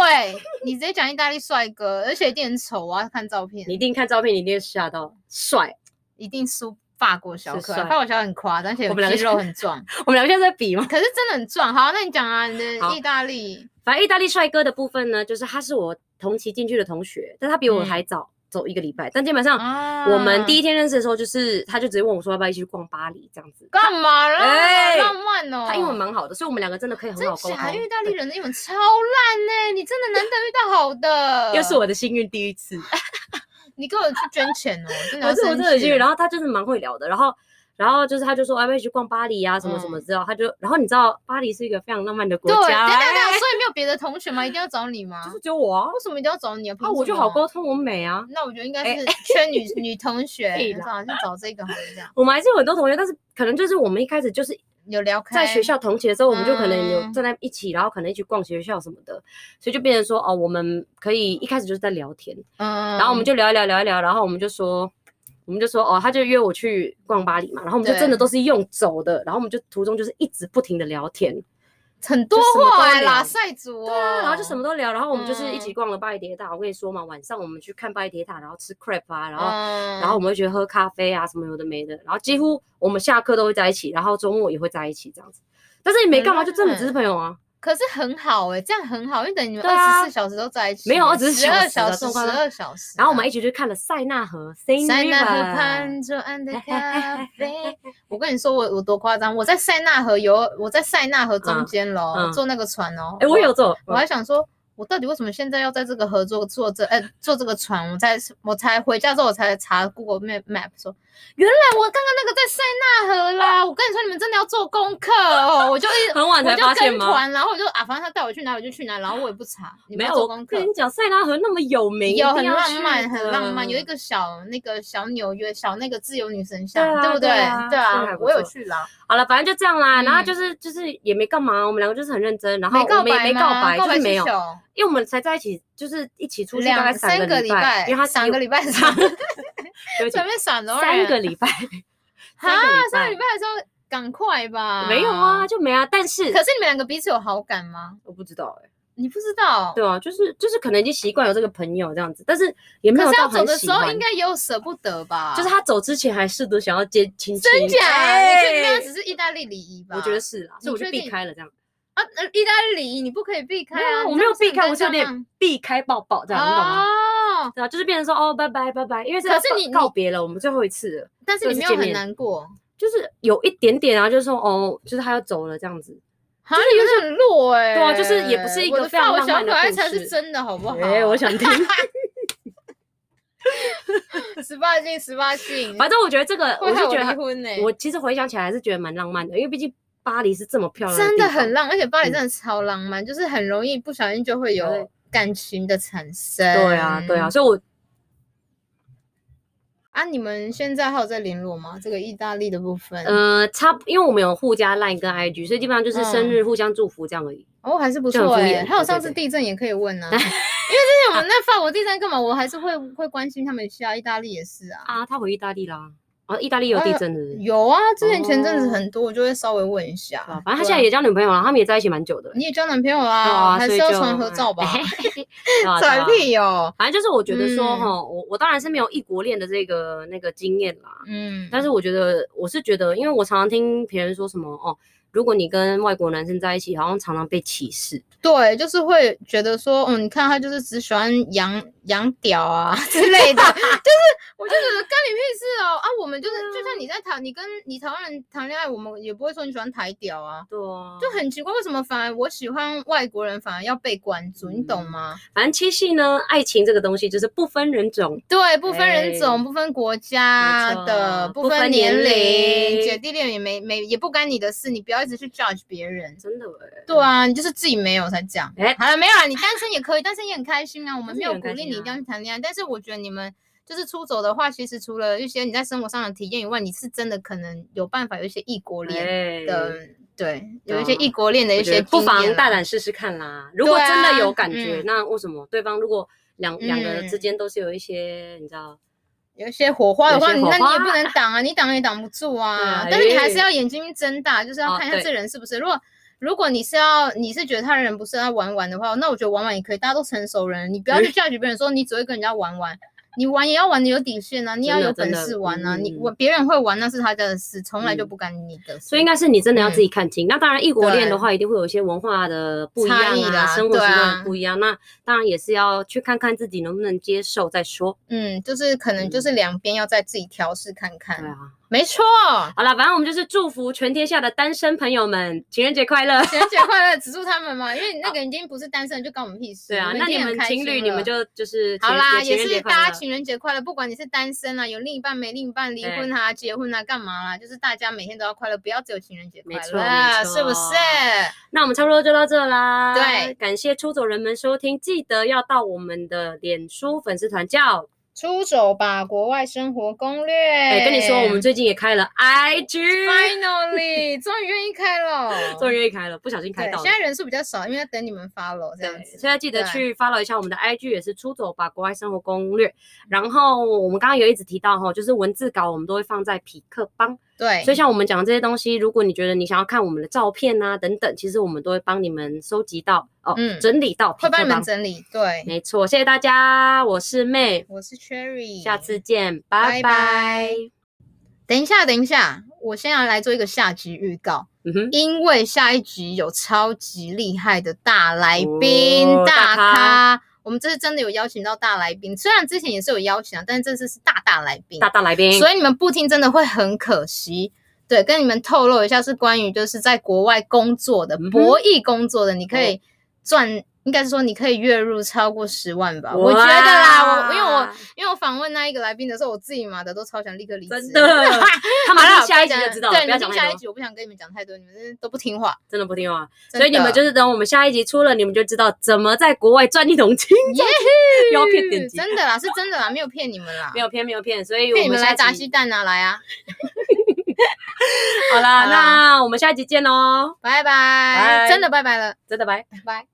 [SPEAKER 1] 你直接讲意大利帅哥， 而且一定很丑啊，看照片
[SPEAKER 2] 你一定看照片，你一定会吓到帅。
[SPEAKER 1] 一定输法国小
[SPEAKER 2] 是
[SPEAKER 1] 可爱，
[SPEAKER 2] 帅
[SPEAKER 1] 法国小可爱很夸张，而且
[SPEAKER 2] 我们两个
[SPEAKER 1] 肌肉很 壮，
[SPEAKER 2] 我们两个现在在比吗？
[SPEAKER 1] 可是真的很壮。好，那你讲啊，你的
[SPEAKER 2] 好
[SPEAKER 1] 意大利，
[SPEAKER 2] 反正意大利帅哥的部分呢，就是他是我同期进去的同学，但他比我还早走一个礼拜。但基本上
[SPEAKER 1] 嗯啊
[SPEAKER 2] 我们第一天认识的时候，就是他就直接问我说要不要一起去逛巴黎这样子。
[SPEAKER 1] 干嘛啦？
[SPEAKER 2] 哎
[SPEAKER 1] 浪漫哦，
[SPEAKER 2] 他英文蛮好的，所以我们两个真的可以很
[SPEAKER 1] 真
[SPEAKER 2] 好沟
[SPEAKER 1] 假？
[SPEAKER 2] 通。
[SPEAKER 1] 意大利人的英文超烂呢、你真的难得遇到好 的。
[SPEAKER 2] 又是，我的幸运第一次，
[SPEAKER 1] 你给我去捐钱哦，真的要
[SPEAKER 2] 我是我
[SPEAKER 1] 生
[SPEAKER 2] 真的很
[SPEAKER 1] 气
[SPEAKER 2] 幸运。然
[SPEAKER 1] 了
[SPEAKER 2] 后他就是蛮会聊的，然后然后就是他就说哎要不要一起去逛巴黎啊什么什么之后，他就然后你知道巴黎是一个非常浪漫的
[SPEAKER 1] 嗯
[SPEAKER 2] 国
[SPEAKER 1] 对，等
[SPEAKER 2] 家，
[SPEAKER 1] 等
[SPEAKER 2] 哎
[SPEAKER 1] 等，所以没有别的同学吗？一定要找你吗
[SPEAKER 2] 就？是只有我啊，
[SPEAKER 1] 为什么一定要找你啊？凭
[SPEAKER 2] 啊我就
[SPEAKER 1] 什么
[SPEAKER 2] 好沟通，我美啊，
[SPEAKER 1] 那我觉得应该
[SPEAKER 2] 哎
[SPEAKER 1] 是圈女女同学，
[SPEAKER 2] 对啦
[SPEAKER 1] 找去找这个好像这样
[SPEAKER 2] 我们还是有很多同学，但是可能就是我们一开始就是
[SPEAKER 1] 有聊开，
[SPEAKER 2] 在学校同期的时候，我们就可能有
[SPEAKER 1] 嗯
[SPEAKER 2] 站在一起，然后可能一起逛学校什么的，所以就变成说哦，我们可以一开始就是在聊天，
[SPEAKER 1] 嗯，
[SPEAKER 2] 然后我们就聊一聊，聊一聊，然后我们就说，我们就说哦，他就约我去逛巴黎嘛，然后我们就真的
[SPEAKER 1] 对
[SPEAKER 2] 都是用走的，然后我们就途中就是一直不停的聊天，
[SPEAKER 1] 很多
[SPEAKER 2] 就什么都
[SPEAKER 1] 话哎，
[SPEAKER 2] 聊
[SPEAKER 1] 拉塞族
[SPEAKER 2] 对
[SPEAKER 1] 哦，
[SPEAKER 2] 啊，然后就什么都聊，然后我们就是一起
[SPEAKER 1] 嗯
[SPEAKER 2] 逛了巴黎铁塔，我跟你说嘛，晚上我们去看巴黎铁塔，然后吃 crepe 啊，然后、
[SPEAKER 1] 嗯，
[SPEAKER 2] 然后我们会去喝咖啡啊，什么有的没的，然后几乎我们下课都会在一起，然后周末也会在一起这样子，但是也没
[SPEAKER 1] 很
[SPEAKER 2] 干嘛，
[SPEAKER 1] 浪
[SPEAKER 2] 就真的只
[SPEAKER 1] 漫
[SPEAKER 2] 是朋友啊，
[SPEAKER 1] 可是很好哎、这样很好，因为等于你们
[SPEAKER 2] 对
[SPEAKER 1] 二
[SPEAKER 2] 啊
[SPEAKER 1] 十四小时都在一起，
[SPEAKER 2] 没有24
[SPEAKER 1] 十二小时，
[SPEAKER 2] 小时的
[SPEAKER 1] 十
[SPEAKER 2] 状况
[SPEAKER 1] 二小时啊。
[SPEAKER 2] 然后我们一起去看了塞纳河，塞
[SPEAKER 1] 塞纳河
[SPEAKER 2] River
[SPEAKER 1] 畔左岸的咖啡。我跟你说，我我多夸张！我在塞纳河游，我在塞纳河中间喽，
[SPEAKER 2] 嗯嗯
[SPEAKER 1] 坐那个船哦。
[SPEAKER 2] 哎、我有，做，
[SPEAKER 1] 我还想说，我到底为什么现在要在这个合作坐这，哎、坐这个船？我才我才回家之后，我才查 Google Map Map 说，原来我刚刚那个在塞纳河 啦。我跟你说，你们真的要做功课哦。我就一直
[SPEAKER 2] 很晚
[SPEAKER 1] 我
[SPEAKER 2] 才
[SPEAKER 1] 就
[SPEAKER 2] 发现
[SPEAKER 1] 跟
[SPEAKER 2] 吗？
[SPEAKER 1] 团，然后我就啊，反正他带我去哪我就去哪，然后我也不查，你
[SPEAKER 2] 没
[SPEAKER 1] 们
[SPEAKER 2] 有，
[SPEAKER 1] 要做
[SPEAKER 2] 我
[SPEAKER 1] 功课
[SPEAKER 2] 跟。你讲，塞纳河那么有名，
[SPEAKER 1] 有
[SPEAKER 2] 一定
[SPEAKER 1] 很
[SPEAKER 2] 要
[SPEAKER 1] 浪
[SPEAKER 2] 去
[SPEAKER 1] 漫，很浪漫，
[SPEAKER 2] 的
[SPEAKER 1] 有一个小那个小纽约，小那个自由女神像，
[SPEAKER 2] 对啊
[SPEAKER 1] 不对？
[SPEAKER 2] 对啊
[SPEAKER 1] 对
[SPEAKER 2] 是还不
[SPEAKER 1] 我有
[SPEAKER 2] 错
[SPEAKER 1] 去啦。
[SPEAKER 2] 好了，反正就这样啦。然后
[SPEAKER 1] 嗯
[SPEAKER 2] 就是就是也没干嘛，我们两个就是很认真，然后
[SPEAKER 1] 没告
[SPEAKER 2] 我们也
[SPEAKER 1] 白
[SPEAKER 2] 没告
[SPEAKER 1] 吗
[SPEAKER 2] 白，
[SPEAKER 1] 告
[SPEAKER 2] 就
[SPEAKER 1] 白
[SPEAKER 2] 是没
[SPEAKER 1] 气
[SPEAKER 2] 有，
[SPEAKER 1] 球
[SPEAKER 2] 因为我们才在一起，就是一起出去大概
[SPEAKER 1] 两
[SPEAKER 2] 三
[SPEAKER 1] 三个
[SPEAKER 2] 礼
[SPEAKER 1] 拜，
[SPEAKER 2] 因为他
[SPEAKER 1] 三个礼 拜
[SPEAKER 2] 拜，
[SPEAKER 1] 闪，
[SPEAKER 2] 对不起
[SPEAKER 1] 前面 闪了
[SPEAKER 2] 三 个礼拜，
[SPEAKER 1] 哈，啊三
[SPEAKER 2] 三
[SPEAKER 1] 个
[SPEAKER 2] 个
[SPEAKER 1] 礼哦
[SPEAKER 2] 礼
[SPEAKER 1] 拜的时候赶快吧，
[SPEAKER 2] 没有啊，。就没啊。但是
[SPEAKER 1] 可是你们两个彼此有好感吗？
[SPEAKER 2] 我不知道哎，
[SPEAKER 1] 你不知道，
[SPEAKER 2] 对啊，就是就是可能已经习惯有这个朋友这样子，但是也没
[SPEAKER 1] 可
[SPEAKER 2] 有
[SPEAKER 1] 是
[SPEAKER 2] 到
[SPEAKER 1] 要走
[SPEAKER 2] 很
[SPEAKER 1] 的
[SPEAKER 2] 喜
[SPEAKER 1] 时候
[SPEAKER 2] 欢
[SPEAKER 1] 应。该也有舍不得吧？
[SPEAKER 2] 就是他走之前还试图想要接亲亲，
[SPEAKER 1] 真假，
[SPEAKER 2] 哎
[SPEAKER 1] 你确定那只是意大利礼仪吧？
[SPEAKER 2] 我觉得是啦，
[SPEAKER 1] 你
[SPEAKER 2] 所以我就
[SPEAKER 1] 确
[SPEAKER 2] 避
[SPEAKER 1] 定
[SPEAKER 2] 开了这样。
[SPEAKER 1] 啊，呃意大利礼仪你不可以避开
[SPEAKER 2] 没有
[SPEAKER 1] 啊，
[SPEAKER 2] 我
[SPEAKER 1] 你
[SPEAKER 2] 没
[SPEAKER 1] 这
[SPEAKER 2] 有
[SPEAKER 1] 样
[SPEAKER 2] 避
[SPEAKER 1] 是
[SPEAKER 2] 开，
[SPEAKER 1] 很
[SPEAKER 2] 我是有
[SPEAKER 1] 尴
[SPEAKER 2] 点
[SPEAKER 1] 尬
[SPEAKER 2] 避开抱抱这样，你懂吗？
[SPEAKER 1] 哦，
[SPEAKER 2] 对啊，就是变成说哦，拜拜拜拜，因为
[SPEAKER 1] 可
[SPEAKER 2] 要
[SPEAKER 1] 是
[SPEAKER 2] 告
[SPEAKER 1] 你
[SPEAKER 2] 告
[SPEAKER 1] 你
[SPEAKER 2] 别了，我们最后一次了，
[SPEAKER 1] 但是
[SPEAKER 2] 就
[SPEAKER 1] 你
[SPEAKER 2] 是
[SPEAKER 1] 没有
[SPEAKER 2] 见
[SPEAKER 1] 很
[SPEAKER 2] 面
[SPEAKER 1] 难过，
[SPEAKER 2] 就是有一点点啊，就是说哦，就是他要走了这样子。
[SPEAKER 1] 啊，你有点弱哎、欸。
[SPEAKER 2] 对啊就是也不是一个
[SPEAKER 1] 我的
[SPEAKER 2] 非常
[SPEAKER 1] 发我
[SPEAKER 2] 浪
[SPEAKER 1] 小
[SPEAKER 2] 漫的
[SPEAKER 1] 可爱
[SPEAKER 2] 故
[SPEAKER 1] 才是
[SPEAKER 2] 事
[SPEAKER 1] 真的好不好？
[SPEAKER 2] 哎，我想听。
[SPEAKER 1] 十八禁，十八禁，
[SPEAKER 2] 反正我觉得这个，
[SPEAKER 1] 会
[SPEAKER 2] 我
[SPEAKER 1] 害
[SPEAKER 2] 就
[SPEAKER 1] 我
[SPEAKER 2] 觉
[SPEAKER 1] 离
[SPEAKER 2] 得很，
[SPEAKER 1] 婚呢、欸
[SPEAKER 2] 我其实回想起来还是觉得蛮浪漫的，因为毕竟巴黎是这么漂亮，
[SPEAKER 1] 真
[SPEAKER 2] 的
[SPEAKER 1] 的很
[SPEAKER 2] 浪。
[SPEAKER 1] 浪，而且巴黎
[SPEAKER 2] 嗯
[SPEAKER 1] 真的超浪漫，就是很容易不小心就会有
[SPEAKER 2] 对
[SPEAKER 1] 感情的产生。
[SPEAKER 2] 对啊，对啊，。所以我
[SPEAKER 1] 啊，你们现在还有在联络吗？这个意大利的部分，嗯，
[SPEAKER 2] 呃，差不，因为我们有互加 LINE 跟 IG，所以基本上就是生
[SPEAKER 1] 嗯
[SPEAKER 2] 日互相祝福这样而已。
[SPEAKER 1] 哦，还是不
[SPEAKER 2] 就很
[SPEAKER 1] 错
[SPEAKER 2] 敷
[SPEAKER 1] 哎、
[SPEAKER 2] 衍
[SPEAKER 1] 还有
[SPEAKER 2] 对
[SPEAKER 1] 上
[SPEAKER 2] 对
[SPEAKER 1] 次
[SPEAKER 2] 对
[SPEAKER 1] 地震也可以问 啊，因为之前我们那法国地震干嘛，我还是会会关心他们一下。意大利也是啊，
[SPEAKER 2] 啊，他回意大利啦，啊，意大利有地震的。对
[SPEAKER 1] 有啊，之前前阵子
[SPEAKER 2] 哦
[SPEAKER 1] 很多，我就会稍微问一下。
[SPEAKER 2] 啊反正他
[SPEAKER 1] 对
[SPEAKER 2] 现
[SPEAKER 1] 啊
[SPEAKER 2] 在也交女朋友了，他们也在一起蛮久的了。
[SPEAKER 1] 你也交男朋友
[SPEAKER 2] 对
[SPEAKER 1] 啦，
[SPEAKER 2] 啊，
[SPEAKER 1] 还是
[SPEAKER 2] 所以
[SPEAKER 1] 要
[SPEAKER 2] 就哎
[SPEAKER 1] 传合照吧？
[SPEAKER 2] 对啊对
[SPEAKER 1] 拽
[SPEAKER 2] 啊
[SPEAKER 1] 屁哦，
[SPEAKER 2] 反正就是我觉得说
[SPEAKER 1] 嗯
[SPEAKER 2] 哈，我我当然是没有异国恋的这个那个经验啦，
[SPEAKER 1] 嗯，
[SPEAKER 2] 但是我觉得我是觉得，因为我常常听别人说什么哦，如果你跟外国男生在一起，好像常常被歧视。
[SPEAKER 1] 对，就是会觉得说，嗯，你看他就是只喜欢洋洋屌啊 之类 的，就是我就觉得干你屁事哦啊！我们就是就像你在台，你跟你台湾人谈恋爱，我们也不会说你喜欢台屌啊。
[SPEAKER 2] 对啊，
[SPEAKER 1] 就很奇怪，为什么反而我喜欢外国人，反而要被关注，你懂
[SPEAKER 2] 嗯
[SPEAKER 1] 吗？
[SPEAKER 2] 反正七夕呢，爱情这个东西就是不分人种，
[SPEAKER 1] 对，不分
[SPEAKER 2] 哎
[SPEAKER 1] 人种，不分国家
[SPEAKER 2] 错
[SPEAKER 1] 的，
[SPEAKER 2] 不
[SPEAKER 1] 不
[SPEAKER 2] 分
[SPEAKER 1] 分
[SPEAKER 2] 年
[SPEAKER 1] 年龄，
[SPEAKER 2] 龄
[SPEAKER 1] 姐弟恋也没没也不干你的事，你不要一直去 judge 别人。
[SPEAKER 2] 真的哎。
[SPEAKER 1] 对啊，你就是自己没有才讲。
[SPEAKER 2] 哎
[SPEAKER 1] 好了，没有啦，你单身也可以，单身也很开心啊。我们
[SPEAKER 2] 单身
[SPEAKER 1] 没
[SPEAKER 2] 也
[SPEAKER 1] 有
[SPEAKER 2] 很
[SPEAKER 1] 鼓
[SPEAKER 2] 开
[SPEAKER 1] 励
[SPEAKER 2] 心
[SPEAKER 1] 你一定
[SPEAKER 2] 啊
[SPEAKER 1] 要去谈恋爱，但是我觉得你们就是出走的话，其实除了一些你在生活上的体验以外，你是真的可能有办法有一些异国恋
[SPEAKER 2] 哎
[SPEAKER 1] 的，对，有一些
[SPEAKER 2] 对啊
[SPEAKER 1] 异国恋的一
[SPEAKER 2] 我觉
[SPEAKER 1] 些
[SPEAKER 2] 得不
[SPEAKER 1] 经
[SPEAKER 2] 妨
[SPEAKER 1] 验
[SPEAKER 2] 大
[SPEAKER 1] 啦。
[SPEAKER 2] 胆试试看啦。如果
[SPEAKER 1] 对
[SPEAKER 2] 真
[SPEAKER 1] 啊
[SPEAKER 2] 的有感觉，
[SPEAKER 1] 嗯
[SPEAKER 2] 那为什么对方如果两两个人之
[SPEAKER 1] 嗯
[SPEAKER 2] 间都是有一些你知道？
[SPEAKER 1] 有一些火花的
[SPEAKER 2] 有
[SPEAKER 1] 话，
[SPEAKER 2] 些
[SPEAKER 1] 你那
[SPEAKER 2] 火
[SPEAKER 1] 你也不
[SPEAKER 2] 花
[SPEAKER 1] 能挡啊，你挡也挡不住
[SPEAKER 2] 对
[SPEAKER 1] 啊
[SPEAKER 2] 啊。
[SPEAKER 1] 但是你还是
[SPEAKER 2] 哎
[SPEAKER 1] 要眼睛睁大，就是要
[SPEAKER 2] 哦
[SPEAKER 1] 看一下
[SPEAKER 2] 对
[SPEAKER 1] 这人是不是。如果如果你是要你是觉得他人不是要玩玩的话，那我觉得玩玩也可以，大家都成熟人，你不要去 judge 别人说你只会跟人家玩玩。你玩也要玩的有底线啊，你也要
[SPEAKER 2] 真的
[SPEAKER 1] 有本
[SPEAKER 2] 真的
[SPEAKER 1] 事玩啊！你
[SPEAKER 2] 嗯
[SPEAKER 1] 我别人会玩那是他家的事，从来就
[SPEAKER 2] 嗯
[SPEAKER 1] 不干你的事。
[SPEAKER 2] 所以应该是你真的要自己看清。那当然，异国恋
[SPEAKER 1] 嗯对
[SPEAKER 2] 的话，一定会有一些文化的不一样
[SPEAKER 1] 差异啦
[SPEAKER 2] 啊，生活
[SPEAKER 1] 对
[SPEAKER 2] 习惯
[SPEAKER 1] 啊
[SPEAKER 2] 的不一样。那当然也是要去看看自己能不能接受再说。
[SPEAKER 1] 嗯，就是可能就是两边要再自己调试看看。
[SPEAKER 2] 对啊，
[SPEAKER 1] 没错，
[SPEAKER 2] 好了，反正我们就是祝福全天下的单身朋友们情人节快乐。
[SPEAKER 1] 情人节快乐，只祝他们嘛，因为你那个已经不是单身，就关我们屁事。
[SPEAKER 2] 对啊，那
[SPEAKER 1] 已
[SPEAKER 2] 你
[SPEAKER 1] 经很
[SPEAKER 2] 们
[SPEAKER 1] 开
[SPEAKER 2] 情
[SPEAKER 1] 心
[SPEAKER 2] 侣你
[SPEAKER 1] 了
[SPEAKER 2] 们就就是情
[SPEAKER 1] 好啦，
[SPEAKER 2] 人情
[SPEAKER 1] 也
[SPEAKER 2] 人节
[SPEAKER 1] 是
[SPEAKER 2] 快
[SPEAKER 1] 大家
[SPEAKER 2] 乐
[SPEAKER 1] 情人节快乐，不管你是单身啊，有另一半没另一半，离婚啊、结婚啊、干嘛啦、就是大家每天都要快乐，不要只有情人节快
[SPEAKER 2] 没错
[SPEAKER 1] 乐，啊
[SPEAKER 2] 没错
[SPEAKER 1] 是不是？
[SPEAKER 2] 那我们差不多就到这啦。
[SPEAKER 1] 对，
[SPEAKER 2] 感谢出走人们收听，记得要到我们的脸书粉丝团叫。
[SPEAKER 1] 出走吧，国外生活攻略。
[SPEAKER 2] 哎、
[SPEAKER 1] 哎
[SPEAKER 2] 跟你说，我们最近也开了 IG，
[SPEAKER 1] finally 终于愿意开了，
[SPEAKER 2] 终于愿意开了，不小心开
[SPEAKER 1] 对，
[SPEAKER 2] 到了
[SPEAKER 1] 现。在人数比较少，因为在等你们 follow 这样
[SPEAKER 2] 对，
[SPEAKER 1] 子。
[SPEAKER 2] 所以记得
[SPEAKER 1] 对
[SPEAKER 2] 去 follow 一下我们的 IG，也是出走吧国外生活攻略。然后我们刚刚有一直提到哈，就是文字稿我们都会放在匹克帮，
[SPEAKER 1] 对，
[SPEAKER 2] 所以像我们讲这些东西，如果你觉得你想要看我们的照片啊等等，其实我们都会帮你们收集到哦，
[SPEAKER 1] 嗯
[SPEAKER 2] 整理到匹
[SPEAKER 1] 会
[SPEAKER 2] 克
[SPEAKER 1] 帮你们
[SPEAKER 2] 帮。
[SPEAKER 1] 整理。对，
[SPEAKER 2] 没错，谢谢大家，我是妹，
[SPEAKER 1] 我是 Cherry，
[SPEAKER 2] 下次见，
[SPEAKER 1] 拜
[SPEAKER 2] 拜
[SPEAKER 1] 拜
[SPEAKER 2] 拜
[SPEAKER 1] 等一下，等一下，我先要来做一个下集预告。
[SPEAKER 2] 嗯哼，
[SPEAKER 1] 因为下一集有超级厉害的大来宾、
[SPEAKER 2] 哦
[SPEAKER 1] 大
[SPEAKER 2] 大
[SPEAKER 1] 咖
[SPEAKER 2] 咖
[SPEAKER 1] 我们这次真的有邀请到大来宾，虽然之前也是有邀请啊，但是这次是大大来宾，
[SPEAKER 2] 大大来宾，
[SPEAKER 1] 所以你们不听真的会很可惜。对，跟你们透露一下，是关于就是在国外工作的、
[SPEAKER 2] 嗯哼
[SPEAKER 1] 博弈工作的，你可以
[SPEAKER 2] 哦
[SPEAKER 1] 赚，应该是说你可以月入超过十万吧。我觉得啦，我因为我
[SPEAKER 2] 哇
[SPEAKER 1] 因为我访问那一个来宾的时候，我自己嘛的都超想立刻离职。
[SPEAKER 2] 真的他马
[SPEAKER 1] 好
[SPEAKER 2] 上
[SPEAKER 1] 了
[SPEAKER 2] 下一集
[SPEAKER 1] 不要
[SPEAKER 2] 就
[SPEAKER 1] 讲
[SPEAKER 2] 知道了，
[SPEAKER 1] 对，
[SPEAKER 2] 不
[SPEAKER 1] 你
[SPEAKER 2] 要
[SPEAKER 1] 们
[SPEAKER 2] 讲
[SPEAKER 1] 听
[SPEAKER 2] 太
[SPEAKER 1] 下
[SPEAKER 2] 多
[SPEAKER 1] 一集，我不想跟你们讲太多，你们真的都不听话。
[SPEAKER 2] 真的不听话，
[SPEAKER 1] 真
[SPEAKER 2] 所以你们
[SPEAKER 1] 的
[SPEAKER 2] 就是等我们下一集出了，你们就知道怎么在国外赚一桶金，
[SPEAKER 1] 耶
[SPEAKER 2] 要骗点击，
[SPEAKER 1] 真的啦，是真的啦，没有骗你们啦，
[SPEAKER 2] 没有骗，没有骗，所以
[SPEAKER 1] 骗
[SPEAKER 2] 我
[SPEAKER 1] 你们
[SPEAKER 2] 下
[SPEAKER 1] 来砸
[SPEAKER 2] 集
[SPEAKER 1] 鸡蛋啊，来啊，
[SPEAKER 2] 好啦，
[SPEAKER 1] 好啦
[SPEAKER 2] 那我们下集见喽，
[SPEAKER 1] 拜拜，
[SPEAKER 2] 拜
[SPEAKER 1] 真的拜拜了，
[SPEAKER 2] 真的拜。
[SPEAKER 1] 拜拜。